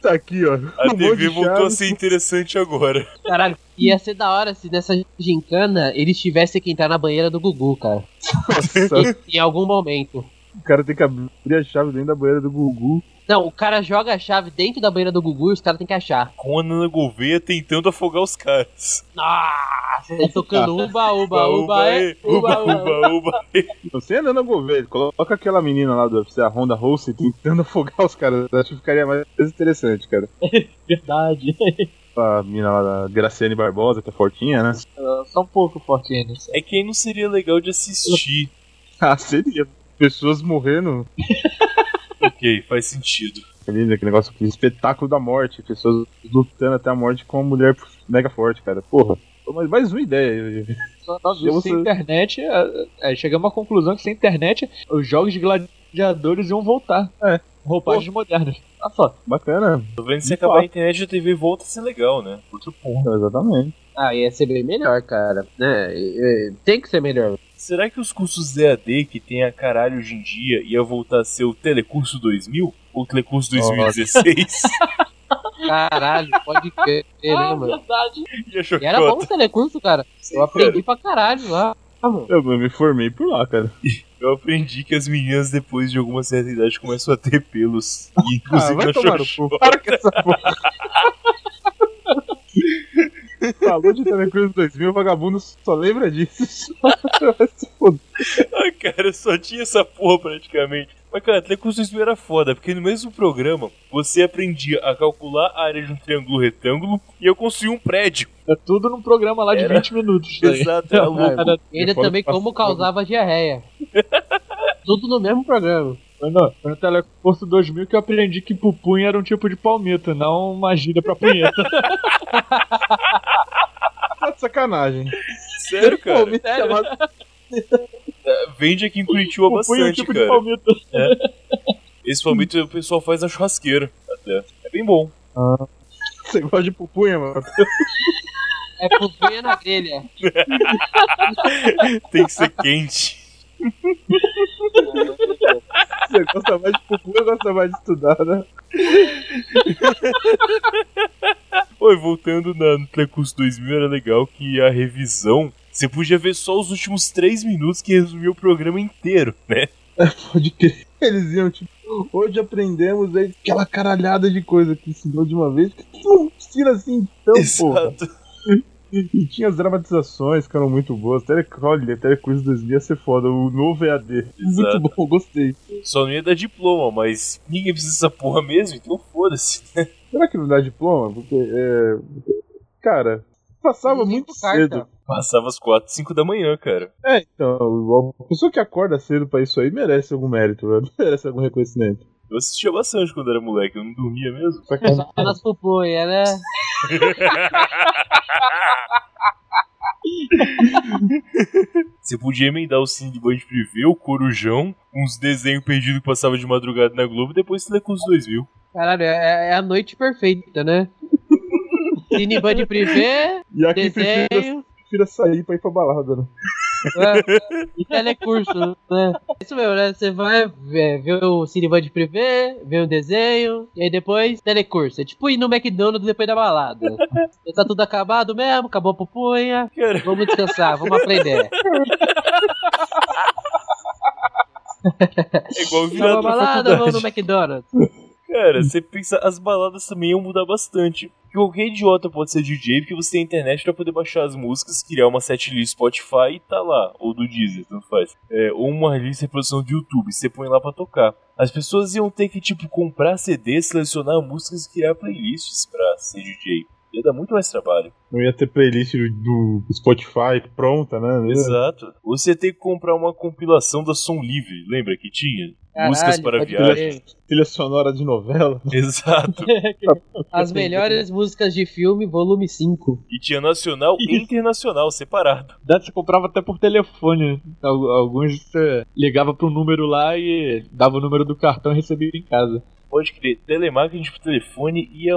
C: tá aqui, ó.
B: A
C: Um monte
B: TV
C: de
B: voltou a
C: chaves.
B: ser interessante agora.
A: Caralho, ia ser da hora se nessa gincana eles tivessem que entrar na banheira do Gugu, cara.
C: Nossa,
A: Em algum momento.
C: o cara tem que abrir a chave dentro da banheira do Gugu.
A: Não, o cara joga a chave dentro da banheira do Gugu e os caras têm que achar.
B: Com a Nana Gouveia tentando afogar os caras.
A: Nossa, ele tocando uba, uba, uba, é.
B: uba, uba, uba.
C: Você é andando a Gouveia, coloca aquela menina lá do UFC, a Honda Rousey, tentando afogar os caras. Acho que ficaria mais interessante, cara.
D: Verdade.
C: A menina lá da Graciane Barbosa, que é fortinha, né?
D: Só um pouco fortinho nisso.
B: É que aí não seria legal de assistir.
C: Ah, seria. Pessoas morrendo.
B: ok, faz sentido.
C: Ali, aquele negócio aqui, espetáculo da morte. Pessoas lutando até a morte com uma mulher mega forte, cara. Porra. Pô, Mas mais uma ideia.
D: Só nós
C: Eu
D: sem
C: vou-
D: internet, é, é, chegamos à conclusão que sem internet, os jogos de gladiadores iam voltar.
C: É.
D: Roupagens modernas. Olha só.
C: Bacana.
B: Tô vendo que se
C: De
B: acabar a
C: fato.
B: internet, a TV volta a ser legal, né? Outro ponto.
C: Exatamente.
A: Ah, ia ser bem melhor, cara. É, é, tem que ser melhor.
B: Será que os cursos EAD que tem a caralho hoje em dia ia voltar a ser o Telecurso 2000 ou o Telecurso 2016?
A: Caralho, pode crer, né, mano?
D: verdade.
B: ia
A: E era bom
B: chocota.
A: o telecurso, cara. Eu aprendi pra caralho lá. Ah, mano.
C: Eu me formei por lá, cara.
B: Eu aprendi que as meninas, depois de alguma certa idade, começam a ter pelos. E,
C: Ah,
B: inclusive,
C: vai
B: na
C: tomar no
B: xoxota.
C: cu. Para com essa porra. Falou de Telecruz 2000, vagabundo só lembra disso. Vai se fuder.
B: Ah, cara, só tinha essa porra praticamente. Mas, cara, Telecurso 2000 era foda, porque no mesmo programa, você aprendia a calcular a área de um triângulo retângulo e eu construí um prédio.
D: É tudo num programa lá de
B: Era.
D: 20 minutos. tá ligado?
B: Exato,
C: Ah,
B: era louco.
D: Era-
A: E ainda
C: Eu falo
A: também
C: que faço
A: como causava diarreia. Tudo no mesmo programa.
D: Foi no, foi no Telecurso 2000 que eu aprendi que pupunha era um tipo de palmito, não uma gíria pra punheta.
C: Tá de sacanagem.
B: Sério, cara?
A: me chamado
D: tá
B: Vende aqui em Curitiba
D: Pupunha é um
B: bastante,
D: tipo de
B: cara.
D: palmito.
B: Esse palmito o pessoal faz na churrasqueira, até. É bem bom.
C: Você gosta de pupunha, mano?
A: é pupunha na grelha.
B: Tem que ser quente.
C: Você gosta mais de pupunha, gosta mais de estudar, né?
B: Oi, voltando na, no Telecurso 2000, era legal que a revisão... Você podia ver só os últimos três minutos que resumia o programa inteiro, né?
C: Pode crer. Eles iam, tipo, hoje aprendemos aí aquela caralhada de coisa que ensinou de uma vez. Por que não ensina assim então, porra? E tinha as dramatizações que eram muito boas. Telecrolli, Telecurso 2000 ia ser foda. O novo EAD.
B: Exato.
C: Muito bom, gostei.
B: Só não ia dar diploma, mas ninguém precisa dessa porra mesmo, então foda-se.
C: Será que não dá diploma? Porque, é... Cara, passava
A: Tudo
C: muito
A: muito carta.
C: cedo.
B: Passava às 4, 5 da manhã, cara.
C: É, então, a pessoa que acorda cedo pra isso aí merece algum mérito, velho. Merece algum reconhecimento.
B: Eu assistia bastante quando era moleque, eu não dormia mesmo.
C: Só que é um-
A: Nas pupunhas, né?
B: Você podia emendar o Cine de Band Privé, o Corujão, uns desenhos perdidos que passava de madrugada na Globo e depois Telecurso 2000.
A: Caralho, é, é a noite perfeita, né? Cine Band Privé,
C: E aqui prefira,
A: desenho,
C: prefira sair pra ir pra balada, né?
A: é, e telecurso, né? É Isso mesmo, né? Você vai é, ver o Cine Band Privé, ver o desenho, e aí depois telecurso. É tipo ir no McDonald's depois da balada. Já tá tudo acabado mesmo, acabou a pupunha,
B: Cara,
A: vamos descansar, vamos aprender.
B: é igual virar
A: Acabou a
B: na
A: balada, vamos no
B: faculdade.
A: McDonald's.
B: Cara, você pensa, as baladas também iam mudar bastante. Porque Qualquer idiota pode ser DJ, porque você tem internet pra poder baixar as músicas, criar uma setlist Spotify e tá lá. Ou do Deezer, tanto faz. É, ou uma lista de reprodução do YouTube, você põe lá pra tocar. As pessoas iam ter que, tipo, comprar CD, selecionar músicas e criar playlists pra ser DJ. Ia dar muito mais trabalho.
C: Não ia ter playlist do, do Spotify pronta, né?
B: Exato. Ou Você tem que comprar uma compilação da Som Livre, lembra que tinha?
A: Caralho,
B: Músicas para
A: pode
B: viagem.
A: crer.
C: Trilha sonora de novela.
B: Exato.
A: As melhores músicas de filme, volume 5.
B: E tinha nacional e internacional separado.
D: Dessa você comprava até por telefone. Al- Alguns você ligava pro número lá e dava o número do cartão e recebia em casa.
B: Pode crer, telemarketing por telefone ia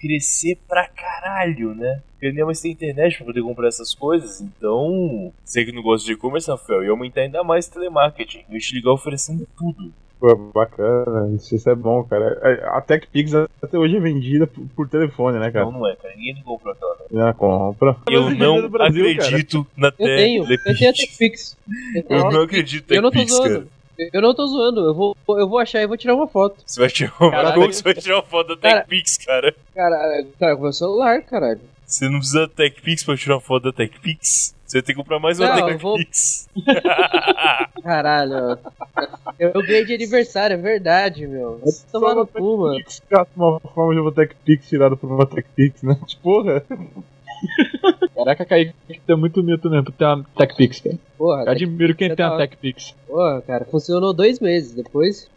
B: crescer pra caralho, né? Porque nem mais tem internet pra poder comprar essas coisas. Então, você que não gosta de e-commerce, Rafael, ia aumentar ainda mais telemarketing. Eu ia te ligar oferecendo tudo.
C: Pô, bacana, isso, isso é bom, cara. A- A TechPix até hoje é vendida por, por telefone, né,
B: Não,
C: cara?
B: não é, cara. Ninguém ligou pra aquela.
C: Na compra.
D: É.
B: Eu
C: Mas
B: não
C: no Brasil, cara.
B: acredito na
A: Eu tenho, eu tenho a
B: Telepix.
A: TechPix.
B: É, Eu não acredito
A: Eu
B: na
A: não tô
B: Telepix, cara.
A: zoando. Eu não tô zoando, eu vou, eu vou achar e vou tirar uma foto.
B: Você vai tirar uma,
A: Caralho.
B: como que você vai tirar uma foto da
A: Cara.
B: TechPix, cara?
A: Caralho, cara, com meu celular, caralho.
B: Você não precisa da TechPix pra tirar uma foto da TechPix. Você vai ter que comprar mais uma
A: Não, eu vou-
B: TechPix.
A: Caralho. Eu eu ganhei de aniversário, é verdade, meu. Vai Tomar no cu, mano.
C: TechPix, cara, de uma forma de uma TechPix tirada por uma TechPix, né? Tipo, porra.
D: Caraca, Kaique, tem muito mito mesmo pra ter uma TechPix, cara.
A: Porra,
D: Eu admiro quem
A: Eu
D: tem uma
A: tava-
D: TechPix.
A: porra, cara, funcionou dois meses depois.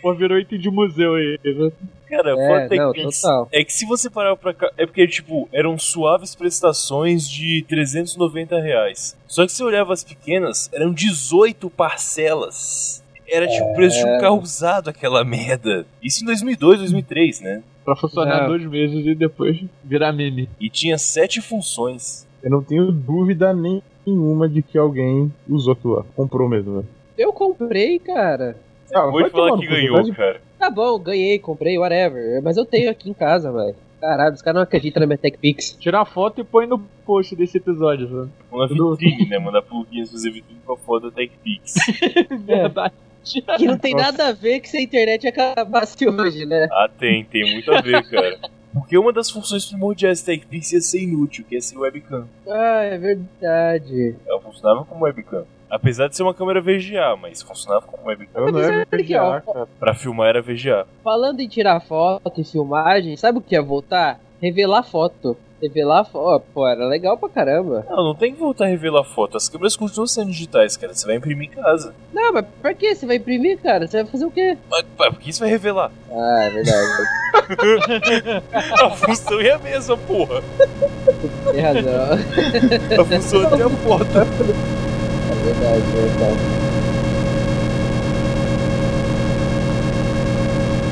D: Pô, virou item de museu aí. né?
B: Cara, a foto
A: É,
B: da
A: não,
B: TechPix.
A: total.
B: É que se você parar pra cá. É porque, tipo, eram suaves prestações de 390 reais. Só que se você olhava as pequenas, eram 18 parcelas. Era tipo o preço de
A: É.
B: um carro usado, aquela merda. Isso em 2002, 2003, né?
D: Pra funcionar
A: É.
D: dois meses e depois virar meme.
B: E tinha sete funções.
C: Eu não tenho dúvida nem- nenhuma de que alguém usou aquilo lá. Comprou mesmo, velho.
A: Eu comprei, cara.
C: Ah,
B: Vou
C: vai
B: te falar
C: tomar
B: que
C: no cu,
B: ganhou,
C: vai de-
B: cara.
A: Tá bom, ganhei, comprei, whatever. Mas eu tenho aqui em casa, velho. Caralho, os caras não acreditam na minha TechPix.
D: Tirar a foto e põe no post desse episódio. Sabe?
B: Uma vitrine, né? Mandar pro Guinness fazer vitrine com a foto da TechPix.
D: Verdade.
A: É, Que não tem nada a ver que se a internet acabasse hoje, né?
B: Ah, tem, tem muito a ver, cara. Porque uma das funções primordiais da TechPix ia ser inútil, que ia ser webcam.
A: Ah, é verdade.
B: Ela funcionava como webcam. Apesar de ser uma câmera VGA, mas funcionava como webcam.
C: Eu não
A: Mas
C: é
A: olha aqui, ó.
C: VGA, cara.
B: Pra filmar era VGA.
A: Falando em tirar foto e filmagem, sabe o que é voltar? Revelar foto. Revelar, ó, pô, era legal pra caramba.
B: Não, não tem que voltar a revelar foto. As câmeras continuam sendo digitais, cara. Você vai imprimir em casa.
A: Não, mas pra que? Você vai imprimir, cara? Você vai fazer o quê?
B: Mas, mas por que isso vai revelar?
A: Ah, é verdade.
B: A função é a mesma, porra.
A: Tem razão. É
B: A função é ter a foto.
A: verdade, é verdade.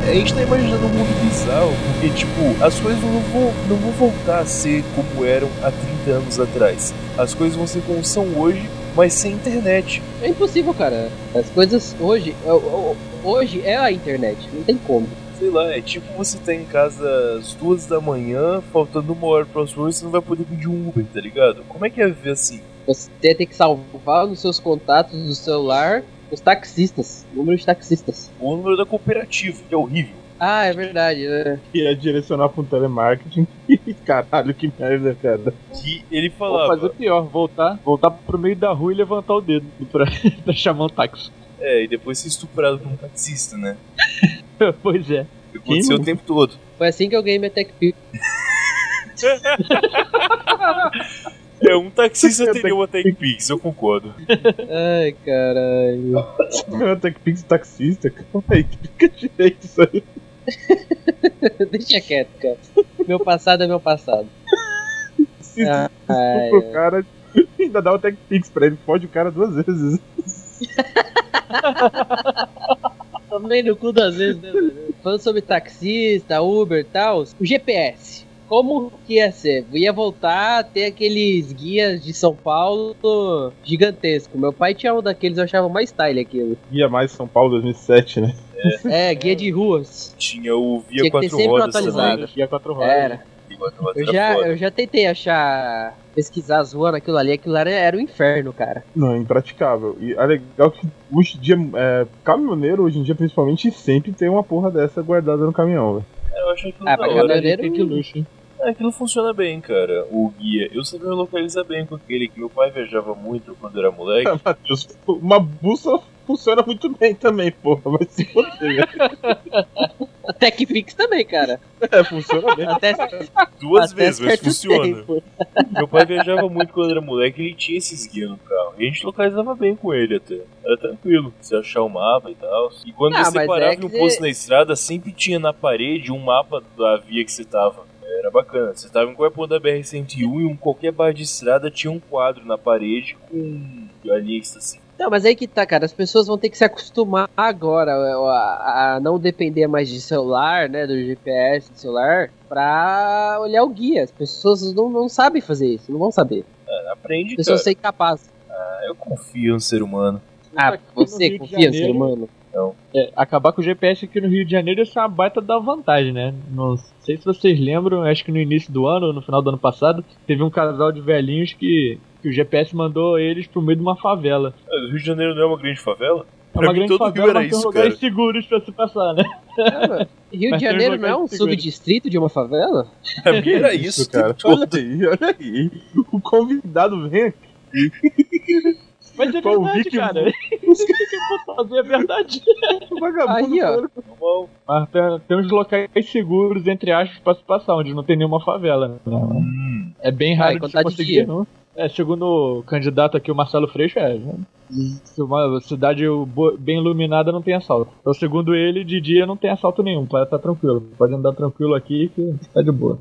B: A gente tá imaginando um mundo bizarro, porque, tipo, as coisas não vão, não vão voltar a ser como eram há 30 anos atrás. As coisas vão ser como são hoje, mas sem internet.
A: É impossível, cara. As coisas hoje. ho- ho- Hoje é a internet, não tem como.
B: Sei lá, é tipo você tá em casa às duas da manhã, faltando uma hora pro próximo, você não vai poder pedir um Uber, tá ligado? Como é que é viver assim?
A: Você tem que salvar nos seus contatos do celular os taxistas, número de taxistas.
B: O número da cooperativa, que é horrível.
A: Ah, é verdade, né?
C: Ia direcionar pra um telemarketing. Caralho, que merda, cara.
B: Que ele
D: Vou
B: falava.
D: fazer pior, voltar, voltar pro meio da rua e levantar o dedo pra, pra chamar um táxi.
B: É, e depois ser estuprado por um taxista, né?
D: pois é.
B: Aconteceu o tempo todo.
A: Foi assim que eu ganhei minha Tech Pix.
B: É, um taxista teria uma TechPix, eu concordo.
A: Ai, caralho.
C: TechPix taxista, calma aí, fica direito isso aí.
A: Deixa quieto, cara. Meu passado é meu passado.
C: Se
A: Ah, ai,
C: desculpa o cara, ainda dá o TechPix pra ele, fode o cara duas vezes.
A: Também no cu das vezes, né? velho? Falando sobre taxista, Uber e tal, o GPS. Como que ia ser? Ia voltar a ter aqueles guias de São Paulo gigantesco. Meu pai tinha um daqueles, eu achava mais style aquilo.
C: Guia mais São Paulo 2007, né?
A: É, guia de ruas.
B: Tinha o Via
A: Tinha que ter
B: Quatro
A: sempre
B: Rodas
A: atualizado.
B: também.
D: Aqui é quatro rodas.
A: Era.
B: Via Quatro Rodas
A: Eu
B: era
A: já,
B: foda.
A: eu já tentei achar, pesquisar as ruas naquilo ali. Aquilo era, era um inferno, cara.
C: Não, é impraticável. E é legal que hoje em dia, é, caminhoneiro hoje em dia principalmente sempre tem uma porra dessa guardada no caminhão, velho.
B: Eu acho aquilo
A: Ah,
B: ah,
A: pra
B: da
A: cada um.
B: hora.
A: Caminhoneiro-
D: Que luxo, hein?
B: Ah, Aquilo funciona bem, cara. O guia. Eu sabia me localizar bem com aquele que meu pai viajava muito quando era moleque.
C: Matheus, uma bússola funciona muito bem também, porra, vai se foder, velho.
A: A TechPix também, cara.
C: É, funciona bem.
A: Até,
B: Duas
A: até
B: vezes, mas
A: certo
B: funciona.
A: tempo.
B: Meu pai viajava muito quando era moleque, ele tinha esses guias no carro. E a gente localizava bem com ele até. Era tranquilo. Você achar o mapa e tal. E quando
A: Ah, mas
B: você
A: é
B: parava em
A: que
B: um
A: você-
B: posto na estrada, sempre tinha na parede um mapa da via que você tava. Era bacana. Você tava em qualquer ponto da BR-101 e um qualquer bar de estrada tinha um quadro na parede com a lista assim.
A: Não, mas aí que tá, cara. As pessoas vão ter que se acostumar agora é, a, a não depender mais de celular, né? Do GPS do celular, pra olhar o guia. As pessoas não, não sabem fazer isso, não vão saber.
B: Aprende,
A: As pessoas
D: Então,
B: cara.
A: são incapazes.
B: Eu confio no ser humano.
A: Ah,
D: Aqui no
A: você
D: Rio de
A: confia no ser
D: Janeiro-
A: humano?
D: É, acabar com o GPS aqui no Rio de Janeiro ia ser uma baita da vantagem, né? Não sei se vocês lembram, acho que no início do ano, no final do ano passado, teve um casal de velhinhos que, que o GPS mandou eles pro meio de uma favela.
B: Ah, O Rio de Janeiro não é uma grande favela?
D: É
B: Pra
D: uma
B: mim,
D: grande
B: todo Rio
D: favela,
B: era
D: mas tem
B: isso,
D: lugares
B: cara.
D: seguros pra se passar, né?
A: Cara, Rio de
D: Mas tem
A: Janeiro
D: lugares
A: não é um
D: seguros.
A: subdistrito de uma favela?
B: É porque era isso, cara.
C: Olha aí, olha aí. O convidado vem aqui.
D: Mas é
C: Pô, o
D: verdade,
C: Vic-
D: cara. Isso que eu vou fazer é verdade. um
C: O vagabundo
A: Aí, ó.
C: falando com
B: Normal.
D: Mas tem, tem uns locais seguros, entre aspas, pra se passar, onde não tem nenhuma favela. né?
B: Hum.
D: É bem
A: Ah,
D: raro
A: e
D: de
A: contar
D: se
A: de
D: conseguir,
A: dia.
D: não. É, segundo o candidato aqui, o Marcelo Freixo, é. né? Se uma cidade bo- bem iluminada não tem assalto. Então, segundo ele, de dia não tem assalto nenhum. Pode estar tranquilo. Pode andar tranquilo aqui que tá de boa.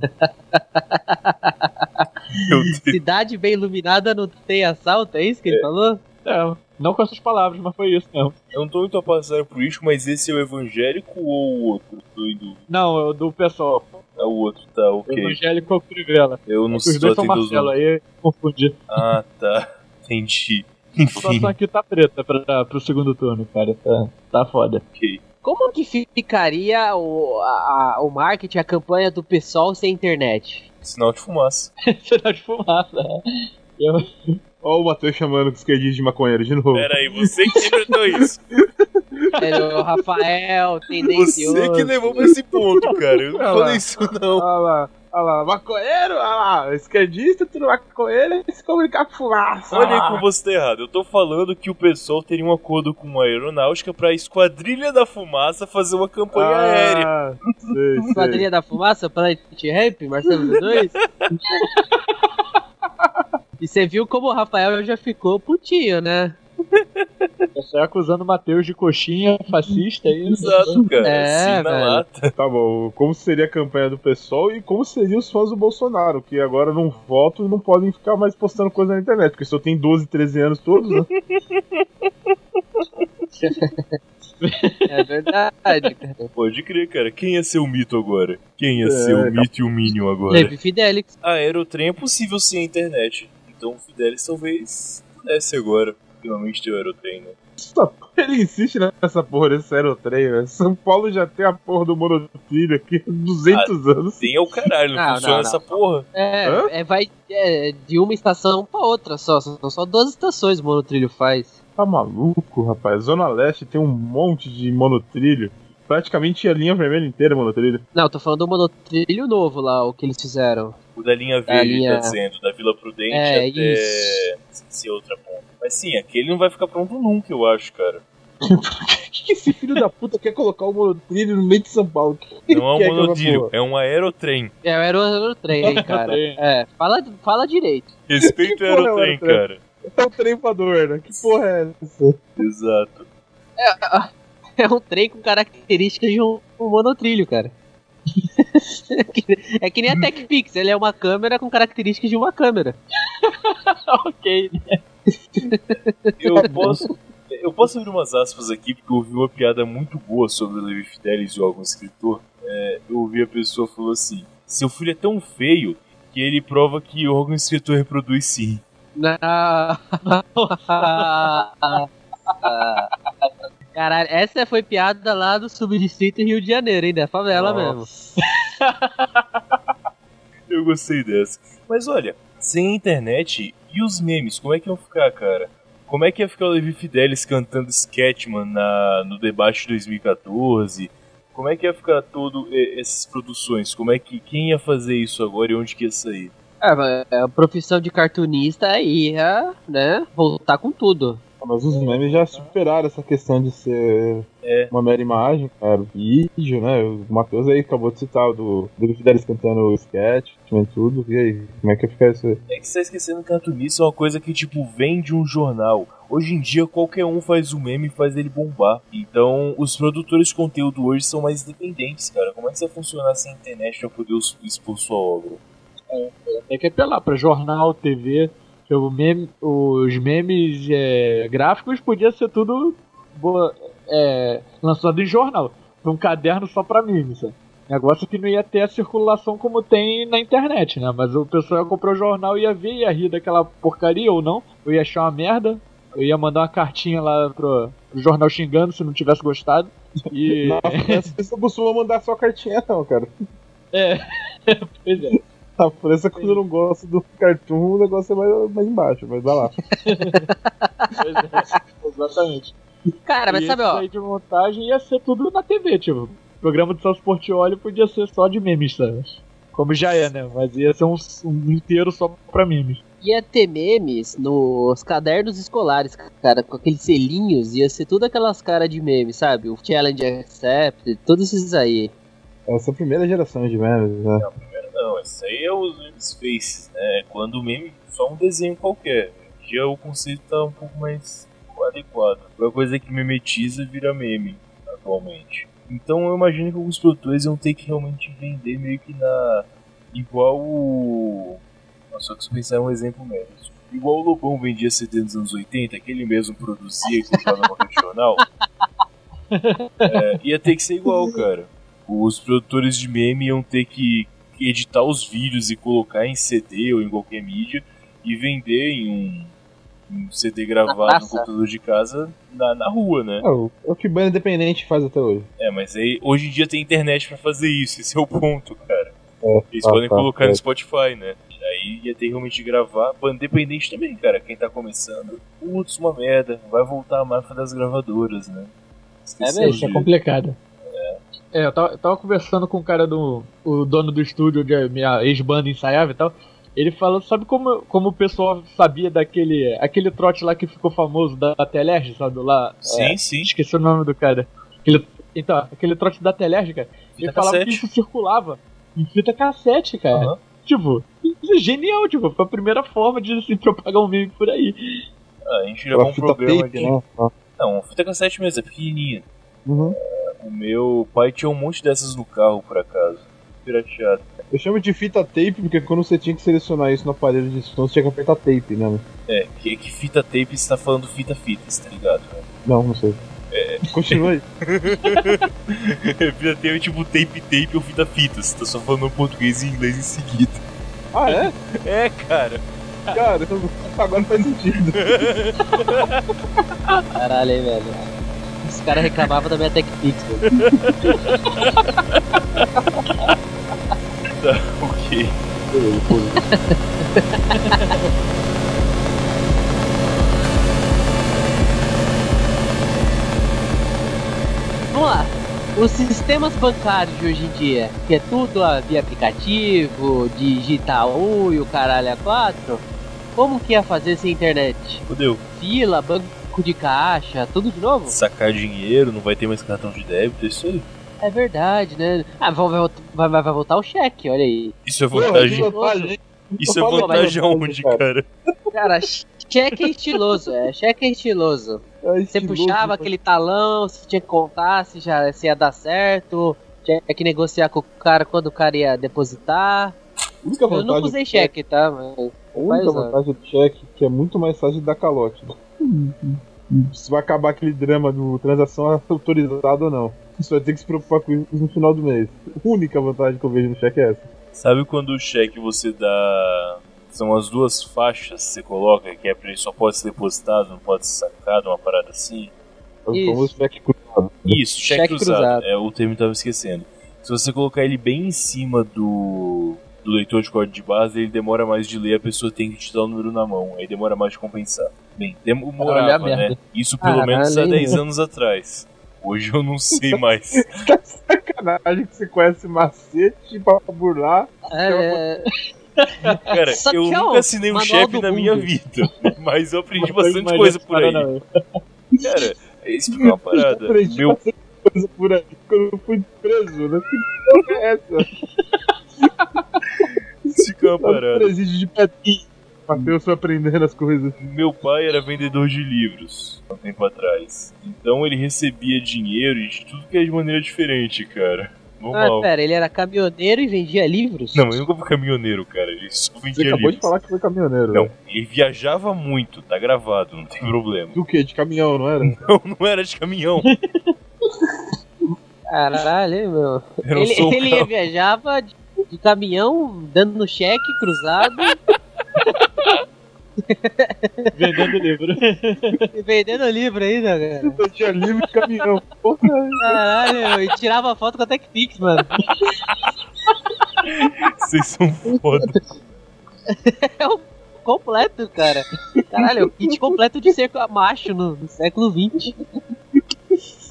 B: Meu Deus.
A: Cidade bem iluminada não tem assalto, é isso que ele falou?
D: É, não com essas palavras, mas foi isso mesmo.
B: Eu não tô muito a passar por isso, mas esse é o evangélico ou o outro? Tô em dúvida.
D: Não, é do pessoal.
B: É o outro, tá, ok.
D: Evangélico ou Crivella.
B: Eu não sei
D: Os
B: se eu
D: dois são
B: atendo os
D: Marcelo, é.
B: nomes.
D: aí confundi.
B: Ah, tá. Entendi.
D: A situação
B: Enfim,
D: aqui tá preta pra, pro segundo turno, cara. Tá, tá foda.
B: ok.
A: Como que ficaria o, a- a- o marketing, a campanha do pessoal sem internet?
B: Sinal de fumaça.
D: Será de fumaça. né? Eu,
C: Ó, o Matheus chamando os esquerdinho de maconheiro de novo.
B: aí, você que interpretou isso.
A: Era o Rafael, tendencioso.
B: pra esse ponto, cara. Eu
D: Ah lá.
B: isso, não.
D: Ah lá, Olha lá, maconheiro, olha lá, esquerdista, tudo maconheiro, se comunicar com fumaça.
B: Olha aí como você tá errado. Eu tô falando que o pessoal teria um acordo com a aeronáutica pra Esquadrilha da Fumaça fazer uma campanha aérea.
D: Ah, sei, sei.
A: Quadrilha da Fumaça, Planet Ramp, Marcelo 2. e você viu como o Rafael já ficou putinho, né?
C: tá
D: Você é acusando o Matheus de coxinha fascista aí.
B: Exato, cara.
A: É,
B: Assina
A: velho.
B: lá.
C: Tá bom, como seria a campanha do pessoal e como seriam os fãs do Bolsonaro, que agora não votam e não podem ficar mais postando coisa na internet, porque só tem 12, 13 anos todos, né?
A: É verdade.
B: Pode crer, cara. Quem é seu mito agora? Quem é,
C: É,
B: seu
C: tá-
B: mito e o Minion agora?
A: Teve Fidelix.
B: A Aerotrem é possível sem a internet. Então o Fidelis talvez pudesse agora. Finalmente ter o Aerotrem, né?
C: Essa- Ele insiste nessa porra desse aerotrem, velho. São Paulo já tem a porra do monotrilho aqui há 200 anos.
B: Tem é o caralho, não,
A: Não,
B: funciona
A: não, não.
B: essa porra.
C: Hã?
A: É, é, vai é, de uma estação pra outra só. São só duas estações o monotrilho faz.
C: Tá maluco, rapaz? Zona Leste tem um monte de monotrilho. Praticamente a linha vermelha inteira é monotrilho.
A: Não, eu tô falando do monotrilho novo lá, o que eles fizeram.
B: O da linha verde,
A: linha-
B: tá dizendo, da Vila Prudente
A: É,
B: até
A: isso.
B: se outra ponta. Mas sim, aquele não vai ficar pronto nunca, eu acho, cara.
C: Por que, que esse filho da puta quer colocar o monotrilho no meio de São Paulo? Que que
B: Não é um
C: aquela
B: monodilho,
C: porra?
B: é um aerotrem.
A: É, era o aerotrem, hein, cara.
D: Aerotrem.
A: É, fala, fala direito.
B: Respeita o
C: Que porra é o
B: aerotrem,
C: aerotrem?
B: cara.
C: É um trem voador, né? Que porra é essa?
B: Exato.
A: É um trem com características de um, um monotrilho, cara. É que- é que nem a TechPix, ele é uma câmera com características de uma câmera.
D: ok.
B: Eu posso, eu posso abrir umas aspas aqui, porque eu ouvi uma piada muito boa sobre o Levi Fidelis de algum escritor. É, eu ouvi a pessoa falou assim: seu filho é tão feio que ele prova que algum escritor reproduz sim.
A: Na- Caralho, essa foi piada lá do subdistrito Rio de Janeiro, hein? Da favela
C: Nossa.
A: mesmo.
B: Eu gostei dessa. Mas olha, sem a internet e os memes, como é que iam ficar, cara? Como é que ia ficar o Levi Fidelis cantando Sketchman na, no debate de 2014? Como é que ia ficar todo eh, essas produções? Como é que quem ia fazer isso agora e onde que ia sair?
A: É, mas a profissão de cartunista aí ia, né? Voltar com tudo.
C: Mas os memes já superaram essa questão de ser
B: É.
C: uma mera imagem, cara. Vídeo, né? O Matheus aí acabou de citar o do, do Fidelis cantando o sketch e tudo. E aí, como é que ia ficar isso aí?
B: É que você tá esquecendo que a cartunista é uma coisa que, tipo, vem de um jornal. Hoje em dia, qualquer um faz um meme e faz ele bombar. Então, os produtores de conteúdo hoje são mais independentes, cara. Como é que você vai funcionar sem internet pra poder us- expor sua obra?
D: Tem É que apelar pra jornal, TV. que o meme- os memes é, gráficos podia ser tudo boa- é, lançado em jornal. Num caderno só pra memes. sabe? Negócio que não ia ter a circulação como tem na internet, né? Mas o pessoal ia comprar o jornal e ia ver, ia rir daquela porcaria ou não. Eu ia achar uma merda. Eu ia mandar uma cartinha lá pro, pro jornal xingando se não tivesse gostado. E.
C: Nossa, você não costuma mandar só cartinha, não, cara.
D: Pois é.
C: A França, quando eu não gosto do cartoon, o negócio é mais, mais embaixo, mas vai lá.
D: Pois é, Exatamente.
A: Cara, mas
D: E
A: sabe,
D: esse
A: ó.
D: aí de montagem ia ser tudo na TV, tipo. O programa do Celso Portioli podia ser só de memes, sabe? Como já é, né? Mas ia ser um, um inteiro só pra memes.
A: Ia ter memes nos cadernos escolares, cara, com aqueles selinhos, ia ser tudo aquelas caras de memes, sabe? O Challenge Accepted, todos esses aí.
C: Essa primeira geração de memes, né?
B: Não, isso aí é os memes faces, né? É Quando o meme é só um desenho qualquer. Hoje em dia o conceito tá um pouco mais adequado. Qualquer coisa que memetiza vira meme atualmente. Então eu imagino que alguns produtores iam ter que realmente vender meio que na. Igual o. Nossa, eu preciso pensar um exemplo mesmo. Igual o Lobão vendia CD nos anos 80, que ele mesmo produzia e colocava no banca de jornal. É, ia ter que ser igual, cara. Os produtores de meme iam ter que editar os vídeos e colocar em CD ou em qualquer mídia e vender em um, um CD gravado no
A: Nossa.
B: computador de casa na, na rua, né?
C: É o, é o que banda independente faz até hoje.
B: É, mas aí hoje em dia tem internet pra fazer isso, esse é o ponto, cara.
C: É,
B: Eles
C: tá,
B: podem
C: tá,
B: colocar
C: é.
B: no Spotify, né? Aí ia ter realmente de gravar. Banda independente também, cara. Quem tá começando, putz, uma merda. Vai voltar a máfia das gravadoras, né?
D: é
A: mesmo,
D: Isso é complicado. É, eu tava, eu tava conversando com o cara do. o dono do estúdio onde a minha ex-banda ensaiava e tal. Ele falou, sabe como, como o pessoal sabia daquele. aquele trote lá que ficou famoso da, da Telerge, sabe? Lá.
B: Sim,
D: é,
B: sim.
D: esqueci o nome do cara. Aquele- então, aquele trote da Telerge, cara. Ele
B: Fita
D: falava
B: cassete.
D: que isso circulava em fita cassete, cara.
B: Aham.
D: Tipo, isso é genial, tipo, foi a primeira forma de se propagar um meme por aí.
B: Ah, a gente gravou um
C: fita
B: programa
C: tape,
B: de.
C: né? Ah,
B: Não, fita cassete mesmo, é pequenininha. É,
C: uhum.
B: O meu pai tinha um monte dessas no carro, por acaso. Pirateado.
C: Eu chamo de fita tape porque quando você tinha que selecionar isso no aparelho de som, você tinha que apertar tape, né?
B: É, que, que fita tape você tá falando fita fitas, tá ligado?
C: Não, não sei.
B: É.
C: Continua aí.
B: fita tape é tipo tape tape ou fita fitas. Você tá só falando português e inglês em seguida.
C: Ah, é?
B: É, cara.
C: Cara, eu- agora faz sentido.
A: Caralho, hein, velho. Os caras reclamavam da minha TechPix, velho.
B: Ok.
A: Vamos lá. Os sistemas bancários de hoje em dia, que é tudo ah, via aplicativo, digital 1 e o caralho a 4, como que ia fazer sem internet?
B: Fudeu.
A: Fila, banco de caixa, tudo de novo?
B: Sacar dinheiro, não vai ter mais cartão de débito, é isso aí.
A: É verdade, né? Ah, vai, vai- vai- vai voltar o cheque, olha aí.
B: Isso é
C: Porra, que
B: vantagem.
C: vantagem.
B: Isso é
C: Fala mais
B: vantagem aonde, cara?
A: Cara, cheque é estiloso, é, cheque é estiloso.
C: É
A: Você
C: estiloso,
A: puxava
C: cara.
A: aquele talão, se tinha que contar, se já se ia dar certo, tinha que negociar com o cara quando o cara ia depositar.
C: A única
A: Eu
C: vantagem
A: nunca
C: do
A: usei cheque, tá? Mas
C: A única
A: Faz, ó.
C: vantagem do cheque é que é muito mais fácil de dar calote. né? Se vai acabar aquele drama do transação autorizada ou não. Você vai ter que se preocupar com isso no final do mês. A única vantagem que eu vejo no cheque é essa.
B: Sabe quando o cheque você dá. São as duas faixas que você coloca, que é pra ele só pode ser depositado, não pode ser sacado, uma parada assim?
C: O
A: Isso.
C: famoso cheque cruzado.
B: Isso, cheque,
A: Cheque
B: cruzado.
A: cruzado.
B: É, o termo eu tava esquecendo. Se você colocar ele bem em cima do, do leitor de código de base, ele demora mais de ler, a pessoa tem que te dar o número na mão, aí demora mais de compensar. Bem,
D: Olha a
B: demorava,
D: merda.
B: né? Isso pelo
A: Caralho,
B: menos há
A: hein,
B: 10 anos atrás. Hoje eu não sei mais.
C: Tá de sacanagem que você conhece macete pra burlar.
A: é,
B: Cara,
A: Só que
B: eu
A: é o
B: nunca assinei um
A: manual
B: chefe
A: do
B: na minha
A: mundo.
B: vida, né? mas eu aprendi
D: Mas
B: bastante
D: imagina
A: é
B: coisa
D: esse
B: por
D: cara
B: aí.
D: não.
B: Cara, explicar uma parada.
C: Eu aprendi
B: Meu,
C: bastante coisa por aí quando eu fui preso, né? Que porra é essa?
B: explicar uma
C: Lá no
B: parada.
C: presídio de Petri. Matheus foi aprendendo as coisas.
B: Meu pai era vendedor de livros há um tempo atrás. Então ele recebia dinheiro de tudo que é de maneira diferente, cara.
A: ah,
B: Normal.
A: pera, ele era caminhoneiro e vendia
D: é.
A: livros?
B: Não, eu nunca fui caminhoneiro, cara. Ele só
C: Você
B: vendia
C: acabou de
B: livros.
C: falar que foi caminhoneiro. né?
B: Não, ele viajava muito, tá gravado, não tem problema.
C: Do que? De caminhão, não era?
B: Não, não era de caminhão.
A: Caralho, hein, meu.
B: Era um
A: Ele,
B: sou
A: ele ia viajava de, de caminhão, dando cheque cruzado
D: Vendendo livro.
A: e vendendo livro ainda, cara.
C: Eu tinha livre de caminhão. Porra,
A: Caralho, meu. E tirava foto com a TechPix, mano.
B: Vocês são foda.
A: Completo, cara. Caralho, é o kit completo de ser macho no, no século XX.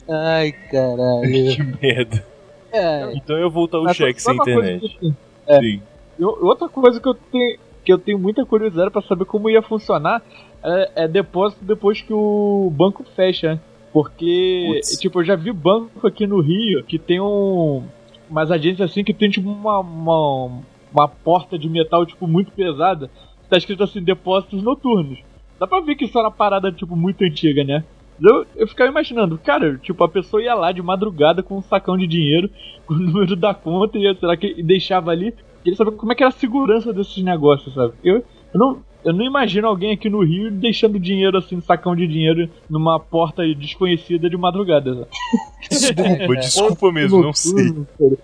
A: Ai, caralho.
B: Que merda.
A: É,
B: Então eu vou voltar o
D: Mas só-
B: cheque
D: só
B: sem
D: uma coisa
B: internet.
D: que eu-
B: Sim.
D: E o- outra coisa que eu tenho que eu tenho muita curiosidade pra saber como ia funcionar é, é depósito depois que o banco fecha, né? porque
B: Putz.
D: tipo eu já vi banco aqui no Rio que tem um umas agências assim que tem tipo uma uma, uma porta de metal tipo muito pesada tá escrito assim depósitos noturnos. Dá pra ver que isso era uma parada tipo muito antiga, né? Eu, eu ficava imaginando, cara, tipo, a pessoa ia lá de madrugada com um sacão de dinheiro, com o número da conta e, sei lá, que, e deixava ali. Queria saber como é que era a segurança desses negócios, sabe? Eu, eu não, eu não imagino alguém aqui no Rio deixando dinheiro assim, sacão de dinheiro, numa porta desconhecida de madrugada. Sabe?
B: Desculpa, desculpa mesmo, não sei.
C: tudo, cara.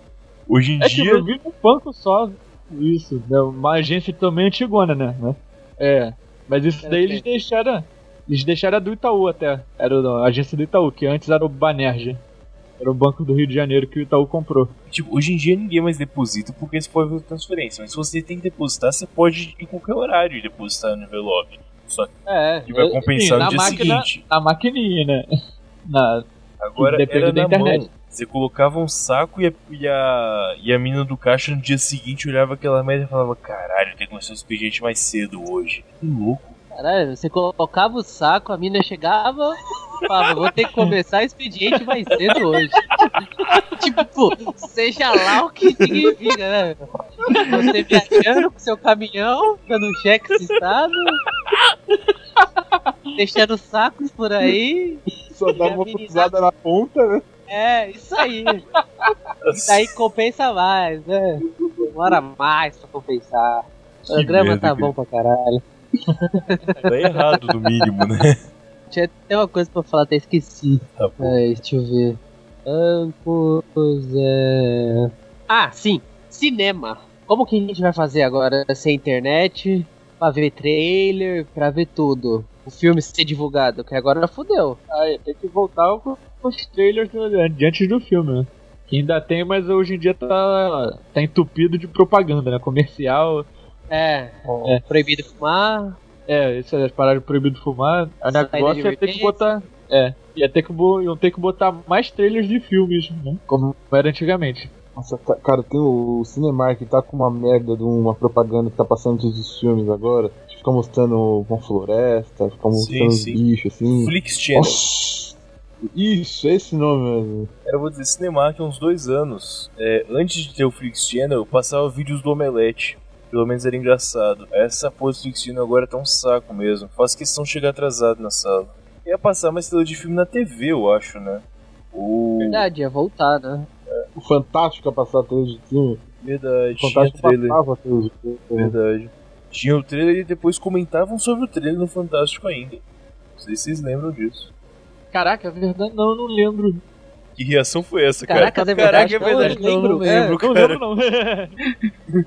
B: Hoje em
D: É que
B: dia,
D: eu vi no banco só isso, né? Uma agência também antigona, né? né? É. Mas isso
A: Era
D: daí
A: o
D: eles deixaram. Eles deixaram a do Itaú até. Era a agência do Itaú, que antes era o Banerje. Era o banco do Rio de Janeiro que o Itaú comprou.
B: Tipo, hoje em dia ninguém mais deposita porque você pode fazer transferência. Mas se você tem que depositar, você pode em qualquer horário depositar no envelope.
A: é.
B: Que vai
D: Sim,
B: compensar
D: assim, na
B: no dia
D: máquina-
B: seguinte.
D: Na maquininha, né? Na,
B: Agora
D: depende
B: era
D: da
B: na
D: internet.
B: mão. Você colocava um saco e a, e a, e a mina do caixa no dia seguinte olhava aquela merda e falava: Caralho, tem que começar o expediente mais cedo hoje. Que louco.
A: Caralho, você colocava o saco, a mina chegava, falava, vou ter que começar o expediente mais cedo hoje. tipo, seja lá o que significa, né? Você viajando com seu caminhão, dando um cheque esse estado, deixando sacos por aí.
C: Só dá
A: E a
C: uma
A: menina-
C: cruzada na ponta, né?
A: É, isso aí. Isso aí compensa mais, né? Demora mais pra compensar. O programa
B: merda,
A: tá
B: cara.
A: bom pra caralho.
B: Tá errado, no mínimo, né?
A: Tinha até uma coisa pra falar, até esqueci.
B: Tá bom.
A: Ai, deixa eu ver. Campos, é... Ah, sim. Cinema. Como que a gente vai fazer agora sem internet? Pra ver trailer, pra ver tudo. O filme ser divulgado, que agora fodeu.
D: Aí, tem que voltar com os trailers do- de antes do filme, né? Que ainda tem, mas hoje em dia tá, tá entupido de propaganda, né? Comercial.
A: É,
D: É.
A: proibido fumar.
D: É, essas paradas proibido fumar. O
A: Saída de
D: negócio ia ter que
A: emergência.
D: botar. É, ia ter que, bo- iam ter que botar mais trailers de filmes, né? Como era antigamente.
C: Nossa, ca- cara, tem o Cinemark que tá com uma merda de uma propaganda que tá passando em todos os filmes agora. que Fica mostrando uma floresta, fica
B: Sim,
C: mostrando os
B: sim.
C: bichos, assim.
B: Flix Channel.
C: Nossa! Isso, é esse nome mesmo.
B: Cara, eu vou dizer, Cinemark há uns dois anos. é, antes de ter o Flix Channel, eu passava vídeos do Omelete. Pelo menos era engraçado. Essa pose do Flix Channel agora tá um saco mesmo. Faço questão de chegar atrasado na sala. Ia passar uma estrela de filme na TV, eu acho, né? Ou...
A: Verdade, ia voltar, né?
C: O Fantástico a passar atrás de filme.
B: Verdade,
C: O
B: tinha
C: Fantástico
B: trailer.
C: passava atrás de filme.
B: Verdade. Tinha o trailer e depois comentavam sobre o trailer no Fantástico ainda. Não sei se vocês lembram disso.
D: Caraca, é verdade, não, eu não lembro.
B: Que reação foi essa, cara?
A: Caraca, é verdade,
B: é
A: não,
B: verdade.
A: eu
B: não, não
A: lembro.
B: lembro,
D: não né,
B: cara.
D: lembro, não.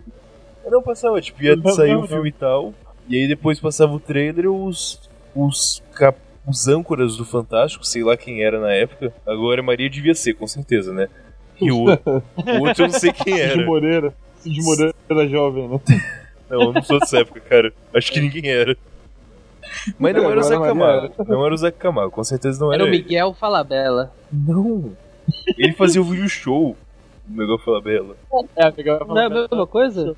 B: Eu não passava, tipo, ia
C: Não,
B: sair
C: não,
B: um
C: não.
B: filme e tal, e aí depois passava o trailer e os. os cap- os âncoras do Fantástico, sei lá quem era na época. Agora Maria devia ser, com certeza, né? E o, o outro eu não sei quem
C: Cid
B: era.
C: Moreira. Cid Moreira era jovem, né?
B: Não, eu não sou dessa época, cara. Acho que ninguém era. Mas não era o Zé
C: Agora
B: Camargo. Não era o Zé Camargo, com certeza não era,
A: Era o
B: ele.
A: Miguel Falabella.
B: Não. Ele fazia o vídeo show. O Miguel Falabella.
D: É, amiga,
A: Não é a mesma coisa?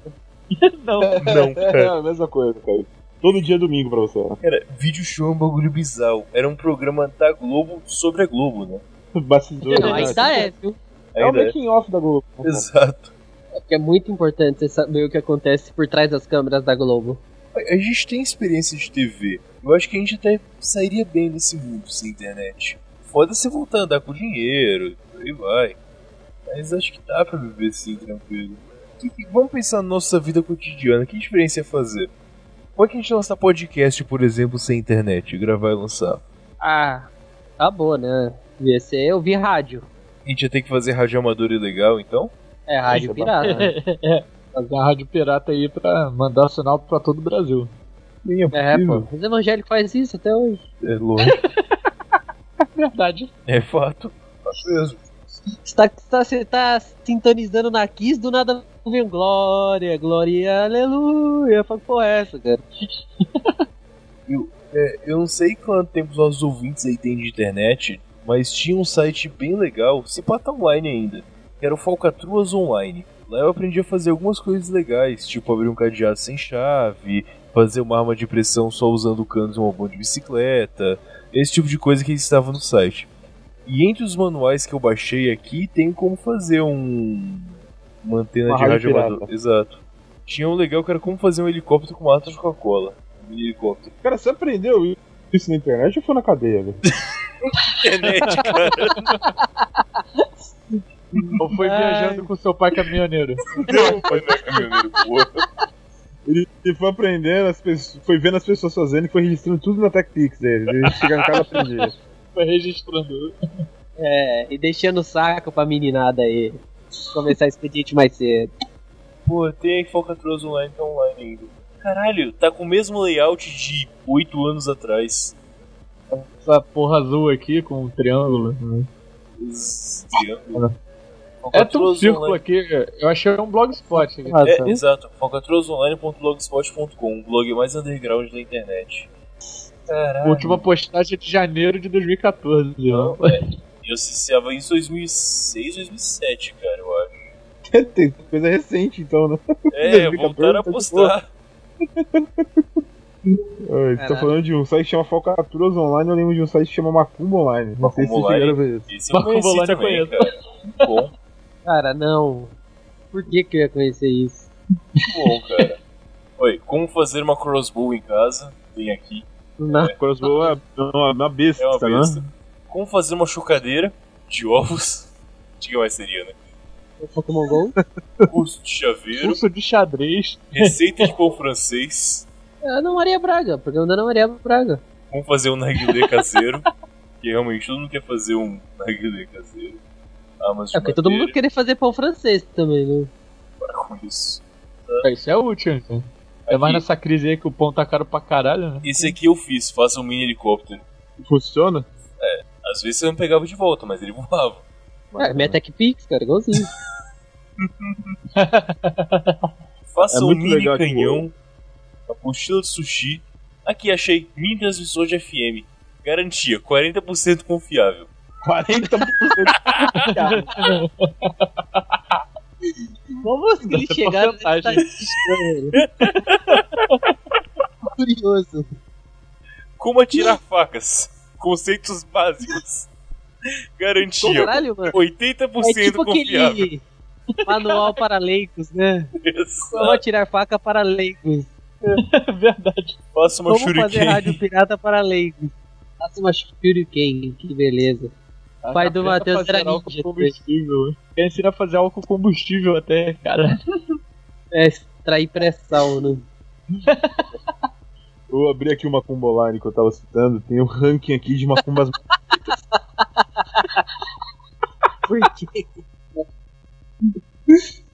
D: não.
B: Não,
C: É
B: cara.
C: a mesma coisa, cara. Todo dia é domingo pra você. né?
B: Cara, vídeo show é um bagulho bizarro. Era um programa da Globo sobre a Globo, né?
C: Bastidores.
A: Não,
D: assim.
C: né?
A: ainda é, viu?
C: É o
B: Ainda é.
C: making off da Globo.
B: Exato.
A: É porque é muito importante você saber o que acontece por trás das câmeras da Globo.
B: A gente tem experiência de TV. Eu acho que a gente até sairia bem nesse mundo sem internet. Foda se voltar a andar com dinheiro, por aí vai. Mas acho que dá pra viver assim, tranquilo. E- e vamos pensar na nossa vida cotidiana. Que diferença ia fazer? Como é que a gente lançar podcast, por exemplo, sem internet? Gravar e lançar?
A: Ah, tá bom, né? Ia ser eu vi rádio.
B: A gente ia ter que fazer rádio amador ilegal, então?
A: É rádio
C: Isso,
A: pirata.
D: Fazer a rádio pirata aí pra mandar sinal pra todo o Brasil.
B: Nem
A: É, pô. Os evangélicos fazem isso até hoje.
B: É longe.
D: Verdade.
B: É fato. Fato mesmo.
A: Você tá, tá- você tá sintonizando na Kiss, do nada vem um glória, glória, aleluia. Eu falo, que porra é essa, cara?
B: É, eu não sei quanto tempo os nossos ouvintes aí têm de internet, mas tinha um site bem legal, se pá tá online ainda, que era o Falcatruas Online. Lá eu aprendi a fazer algumas coisas legais, tipo abrir um cadeado sem chave, fazer uma arma de pressão só usando canos e um robô de bicicleta, esse tipo de coisa que estava no site. E entre os manuais que eu baixei aqui, tem como fazer um... uma antena
C: Uma
B: de
C: rádio
B: rádio
C: pirata.
B: amador. Exato. Tinha um legal que era como fazer um helicóptero com uma lata de Coca-Cola. Um helicóptero.
C: Cara, você aprendeu isso na internet ou foi na cadeia, velho?
B: Internet, cara.
D: Ou foi
A: Ai.
D: viajando com seu pai caminhoneiro.
B: Não, foi meu caminhoneiro, porra.
C: Ele, ele foi aprendendo, as pessoas, foi vendo as pessoas fazendo e foi registrando tudo na TechPix dele. Ele chega em casa e aprendia.
D: Foi registrando.
A: É, e deixando o saco pra meninada aí. Começar expediente mais cedo.
B: Pô, tem aí Falcatruas Online, tá online ainda. Caralho, tá com o mesmo layout de 8 anos atrás.
D: Essa porra azul aqui com um triângulo.
B: Esse ano.
D: É tudo um
B: Falcatruas
D: círculo
B: Online-
D: aqui. Eu achei um blogspot aqui.
C: Ah, tá.
B: É, exato, falcatruasonline.blogspot.com, o blog mais underground da internet. Caralho.
D: Última postagem de janeiro de 2014. ó.
B: É, Eu ciciava isso em 2006, 2007, cara, eu acho.
C: Tem coisa recente, então, né?
B: É,
C: 2014,
B: voltaram a
C: tá de
B: postar.
C: Ai, Você
A: Caralho.
C: tá falando de um site que chama Falcaturas Online, eu lembro de um site que chama Macumba Online. Não sei se
B: Macumba
C: vocês chegaram a ver isso.
B: Esse é eu
D: Marco
B: conheci
D: Volante eu
B: também,
D: conheço.
B: cara. Bom,
A: Cara, não. Por que que eu ia conhecer isso?
B: bom, cara. Oi, como fazer uma crossbow em casa? Tem aqui,
A: Não.
C: Crossbow é uma, uma besta,
B: é uma
C: né?
B: besta. Como fazer uma chocadeira de ovos? De que mais seria, né?
A: É Pokémon GO?
B: Curso de chaveiro,
D: Curso de xadrez.
B: receita de pão francês,
A: Ana Maria Braga, porque eu não Maria Braga.
B: como fazer um narguilé caseiro. que realmente todo mundo quer fazer um narguilé caseiro. Ah, mas de
A: É porque todo mundo
B: madeira,
A: queria fazer pão francês também, né?
B: para com isso.
D: Isso é útil, então. É mais nessa crise aí que o pão tá caro pra caralho, né?
B: Esse aqui eu fiz, faça um mini helicóptero.
C: Funciona?
B: Às vezes você não pegava de volta, mas ele voava.
A: É, minha TechPix, cara, igualzinho.
B: Faça
C: É
B: um
C: muito
B: mini
C: legal que
B: canhão, a mochila de sushi. Aqui, achei mini transmissor de FM. Garantia, 40% confiável.
C: 40%.
A: Como que eles chegaram nessa
D: porcentagem.
A: estatística, velho? Curioso.
B: Como atirar facas? Conceitos básicos. Garantia,
A: Caralho, mano.
B: 80%
A: É tipo
B: confiável.
A: aquele manual para leigos, né?
B: Exato.
A: Como tirar faca para leigos.
D: É verdade.
B: Faça uma
A: Como fazer rádio
B: shuriken.
A: pirata para leigos. Faça uma shuriken, que beleza. Pai do
D: Aprenda a
A: Matheus
D: fazer
A: era
D: álcool
A: ninja,
D: combustível. Quer ensinar a fazer álcool combustível até, cara.
A: É, extrair pressão, né?
C: Eu abri aqui o Macumba Online que eu tava citando, tem um ranking aqui de macumbas.
A: Por quê?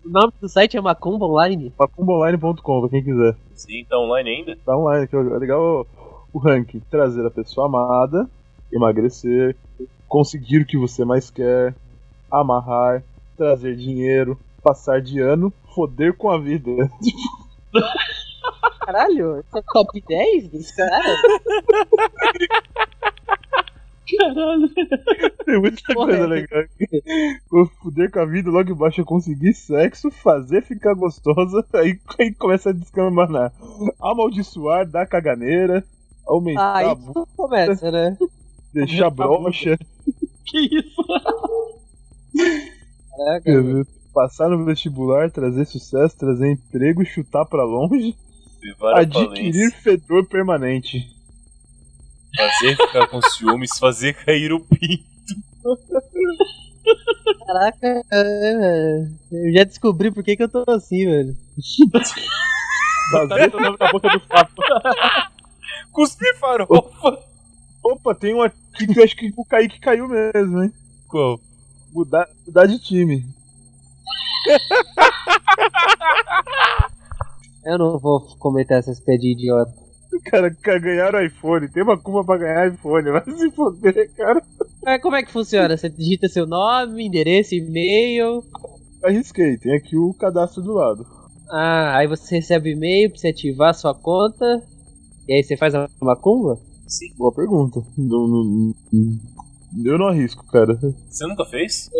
A: O nome do site é Macumba Online?
C: macumbaonline.com, pra quem quiser.
B: Sim, tá online ainda?
C: Tá online aqui, ó, é legal o, o ranking. Trazer a pessoa amada, emagrecer, conseguir o que você mais quer, amarrar, trazer dinheiro, passar de ano, foder com a vida.
A: Caralho, esse é top 10 dos caras?
D: Caralho.
C: Tem muita
A: Porra,
C: coisa
A: é.
C: legal aqui. O Fuder com a vida, logo embaixo é conseguir sexo, fazer ficar gostosa, aí, aí começa a descamanar. Amaldiçoar, dar caganeira, aumentar
A: Aí
C: a bunda,
A: tudo começa, né?
C: deixar
D: aumentar a bunda.
C: broxa,
D: Que isso?
A: Caraca,
C: quer dizer, passar no vestibular, trazer sucesso, trazer emprego, chutar pra longe,
B: Levar a
C: adquirir
B: falência.
C: fedor permanente.
B: Fazer ficar com ciúmes, fazer cair o pin.
A: Caraca, é, eu já descobri por que, que eu tô assim, velho.
C: Fazer...
D: o nome da boca do papo.
B: Cuspir farofa.
C: Opa, tem um aqui que eu acho que o Kaique caiu mesmo, hein?
B: Qual?
C: Mudar, mudar de time.
A: Eu não vou comentar essas pedinhas idiota.
C: Cara, ca- ganharam iPhone. Tem uma culpa pra ganhar iPhone. Vai se foder, cara.
A: Mas como é que funciona? Você digita seu nome, endereço, e-mail.
C: Arrisquei. Tem aqui o cadastro do lado.
A: Ah, aí você recebe e-mail pra você ativar sua conta. E aí você faz a macumba?
C: Boa pergunta. Não- não- não- eu não arrisco, cara.
B: Você nunca fez?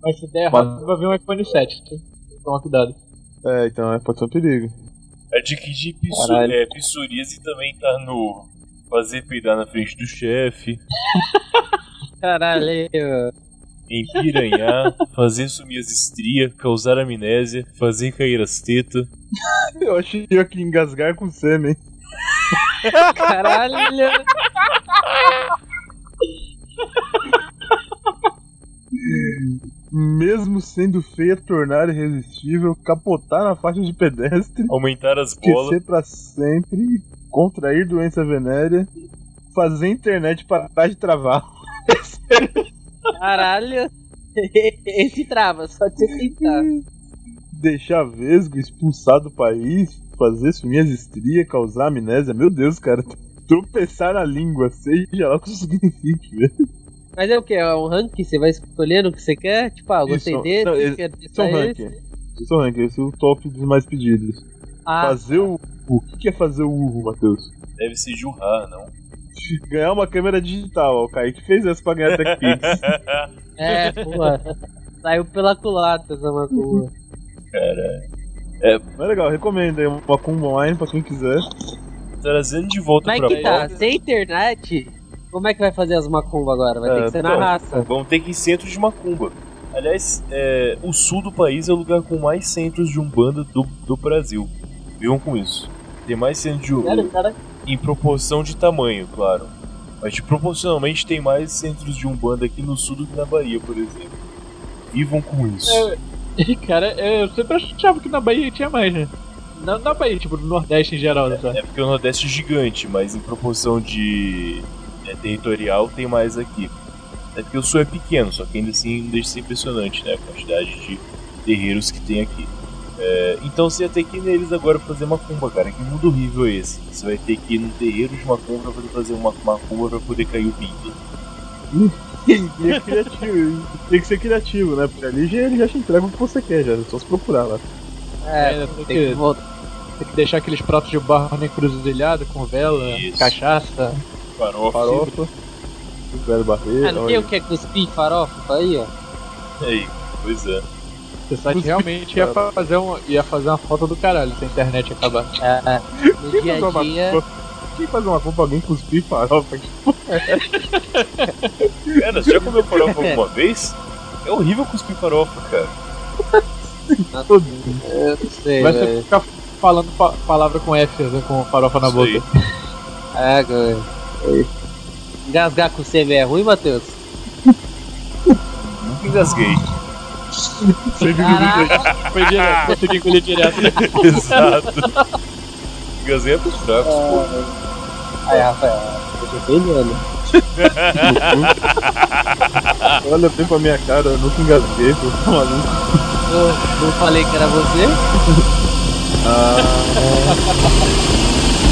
D: Mas se der errado, vai vir um iPhone 7. tá? Toma cuidado.
C: É, então é, pode ser um perigo.
B: Adquirir pissu
A: Caralho.
B: é, psoríase também tá no. Fazer peidar na frente do chefe,
A: Caralho.
B: empiranhar, fazer sumir as estrias, causar amnésia, fazer cair as tetas.
C: Eu achei que ia aqui engasgar com sêmen.
A: Caralho.
C: Mesmo sendo feia, tornar irresistível, capotar na faixa de pedestre,
B: Aumentar as bolas,
C: esquecer pra sempre, contrair doença venérea, fazer a internet parar de travar.
A: Caralho. Esse trava, só de você tentar.
C: deixar vesgo, expulsar do país, fazer sumir as estrias, causar amnésia. Meu Deus, cara, tropeçar na língua, seja lá o que isso signifique, velho.
A: Mas é o que? É um ranking? Você vai escolhendo o que você quer? Tipo, ah, eu gostei
C: Isso,
A: desse,
C: não, esse-
A: quero
C: Isso é
A: testar
C: um
A: esse.
C: ranking. Isso é um ranking, esse é o top dos mais pedidos.
A: Ah,
C: Fazer o urro. O que que é fazer o urro, Matheus?
B: deve ser jurrar, não.
C: Ganhar uma câmera digital, ó. o Kaique fez essa pra ganhar TechPix.
A: É, porra. Saiu pela culata essa macumba.
C: Mas é legal, recomendo aí uma Kumba Online pra quem quiser.
B: Trazendo de volta
A: Mas
B: pra
A: que tá,
B: pauta,
A: sem internet, como é que vai fazer as macumbas agora? Vai ter
C: É,
A: que ser na
B: então,
A: raça.
B: vão ter que ir em centros de macumba. Aliás, é, o sul do país é o lugar com mais centros de umbanda do, do Brasil. Vivam com isso. Tem mais centros de um,
A: Sério, cara?
B: em proporção de tamanho, claro. Mas proporcionalmente tem mais centros de umbanda aqui no sul do que na Bahia, por exemplo. Vivam com isso.
A: É,
D: Cara, é, eu sempre achava que na Bahia tinha mais, né? Na, na Bahia, tipo, no Nordeste em geral, né? sabe?
B: É porque o Nordeste é gigante, mas em proporção de é, territorial tem mais aqui. É porque o Sul é pequeno, só que ainda assim não deixa de ser impressionante, né? A quantidade de terreiros que tem aqui. É, então você ia ter que ir neles agora pra fazer macumba, cara. Que mundo horrível é esse? Você vai ter que ir num terreiro de macumba pra poder fazer uma macumba pra poder cair o pinto.
C: E é criativo, tem que ser criativo, né? Porque ali já, ele já te entrega o que você quer, já. É só se procurar lá.
A: É,
D: É, tem
A: tem que
D: que-
A: voltar.
D: Tem que deixar aqueles pratos de barro na encruzilhada, com vela,
B: Isso.
D: cachaça.
B: Farofa.
C: Farofa, velho barreiro.
A: Ah, não tem o que é cuspir farofa aí, ó.
B: Aí, pois é.
D: Você sabe que realmente ia fa- fazer, um, ia fazer uma falta do caralho se a internet acabar.
A: É, no
C: Quem
A: dia
C: faz
A: a
C: uma
A: dia.
C: culpa- Quem faz uma culpa alguém cuspir farofa?
B: Cara, você já comeu farofa alguma vez? É horrível cuspir farofa, cara.
A: Eu não sei,
D: Vai
A: velho.
D: ser ficar falando fa- palavra com F, né, com farofa na
B: Isso
D: boca.
B: aí.
A: É, velho. Engasgar com CB é ruim, Matheus?
B: Nunca engasguei.
D: Você viu Foi direto, consegui engolir direto.
B: Exato. Engasguei é pros fracos, pô.
A: Aí, Rafael, eu tô entendendo.
C: Olha bem pra minha cara, eu nunca engasguei, pô, tá maluco.
A: Eu não falei que era você?
C: Ah,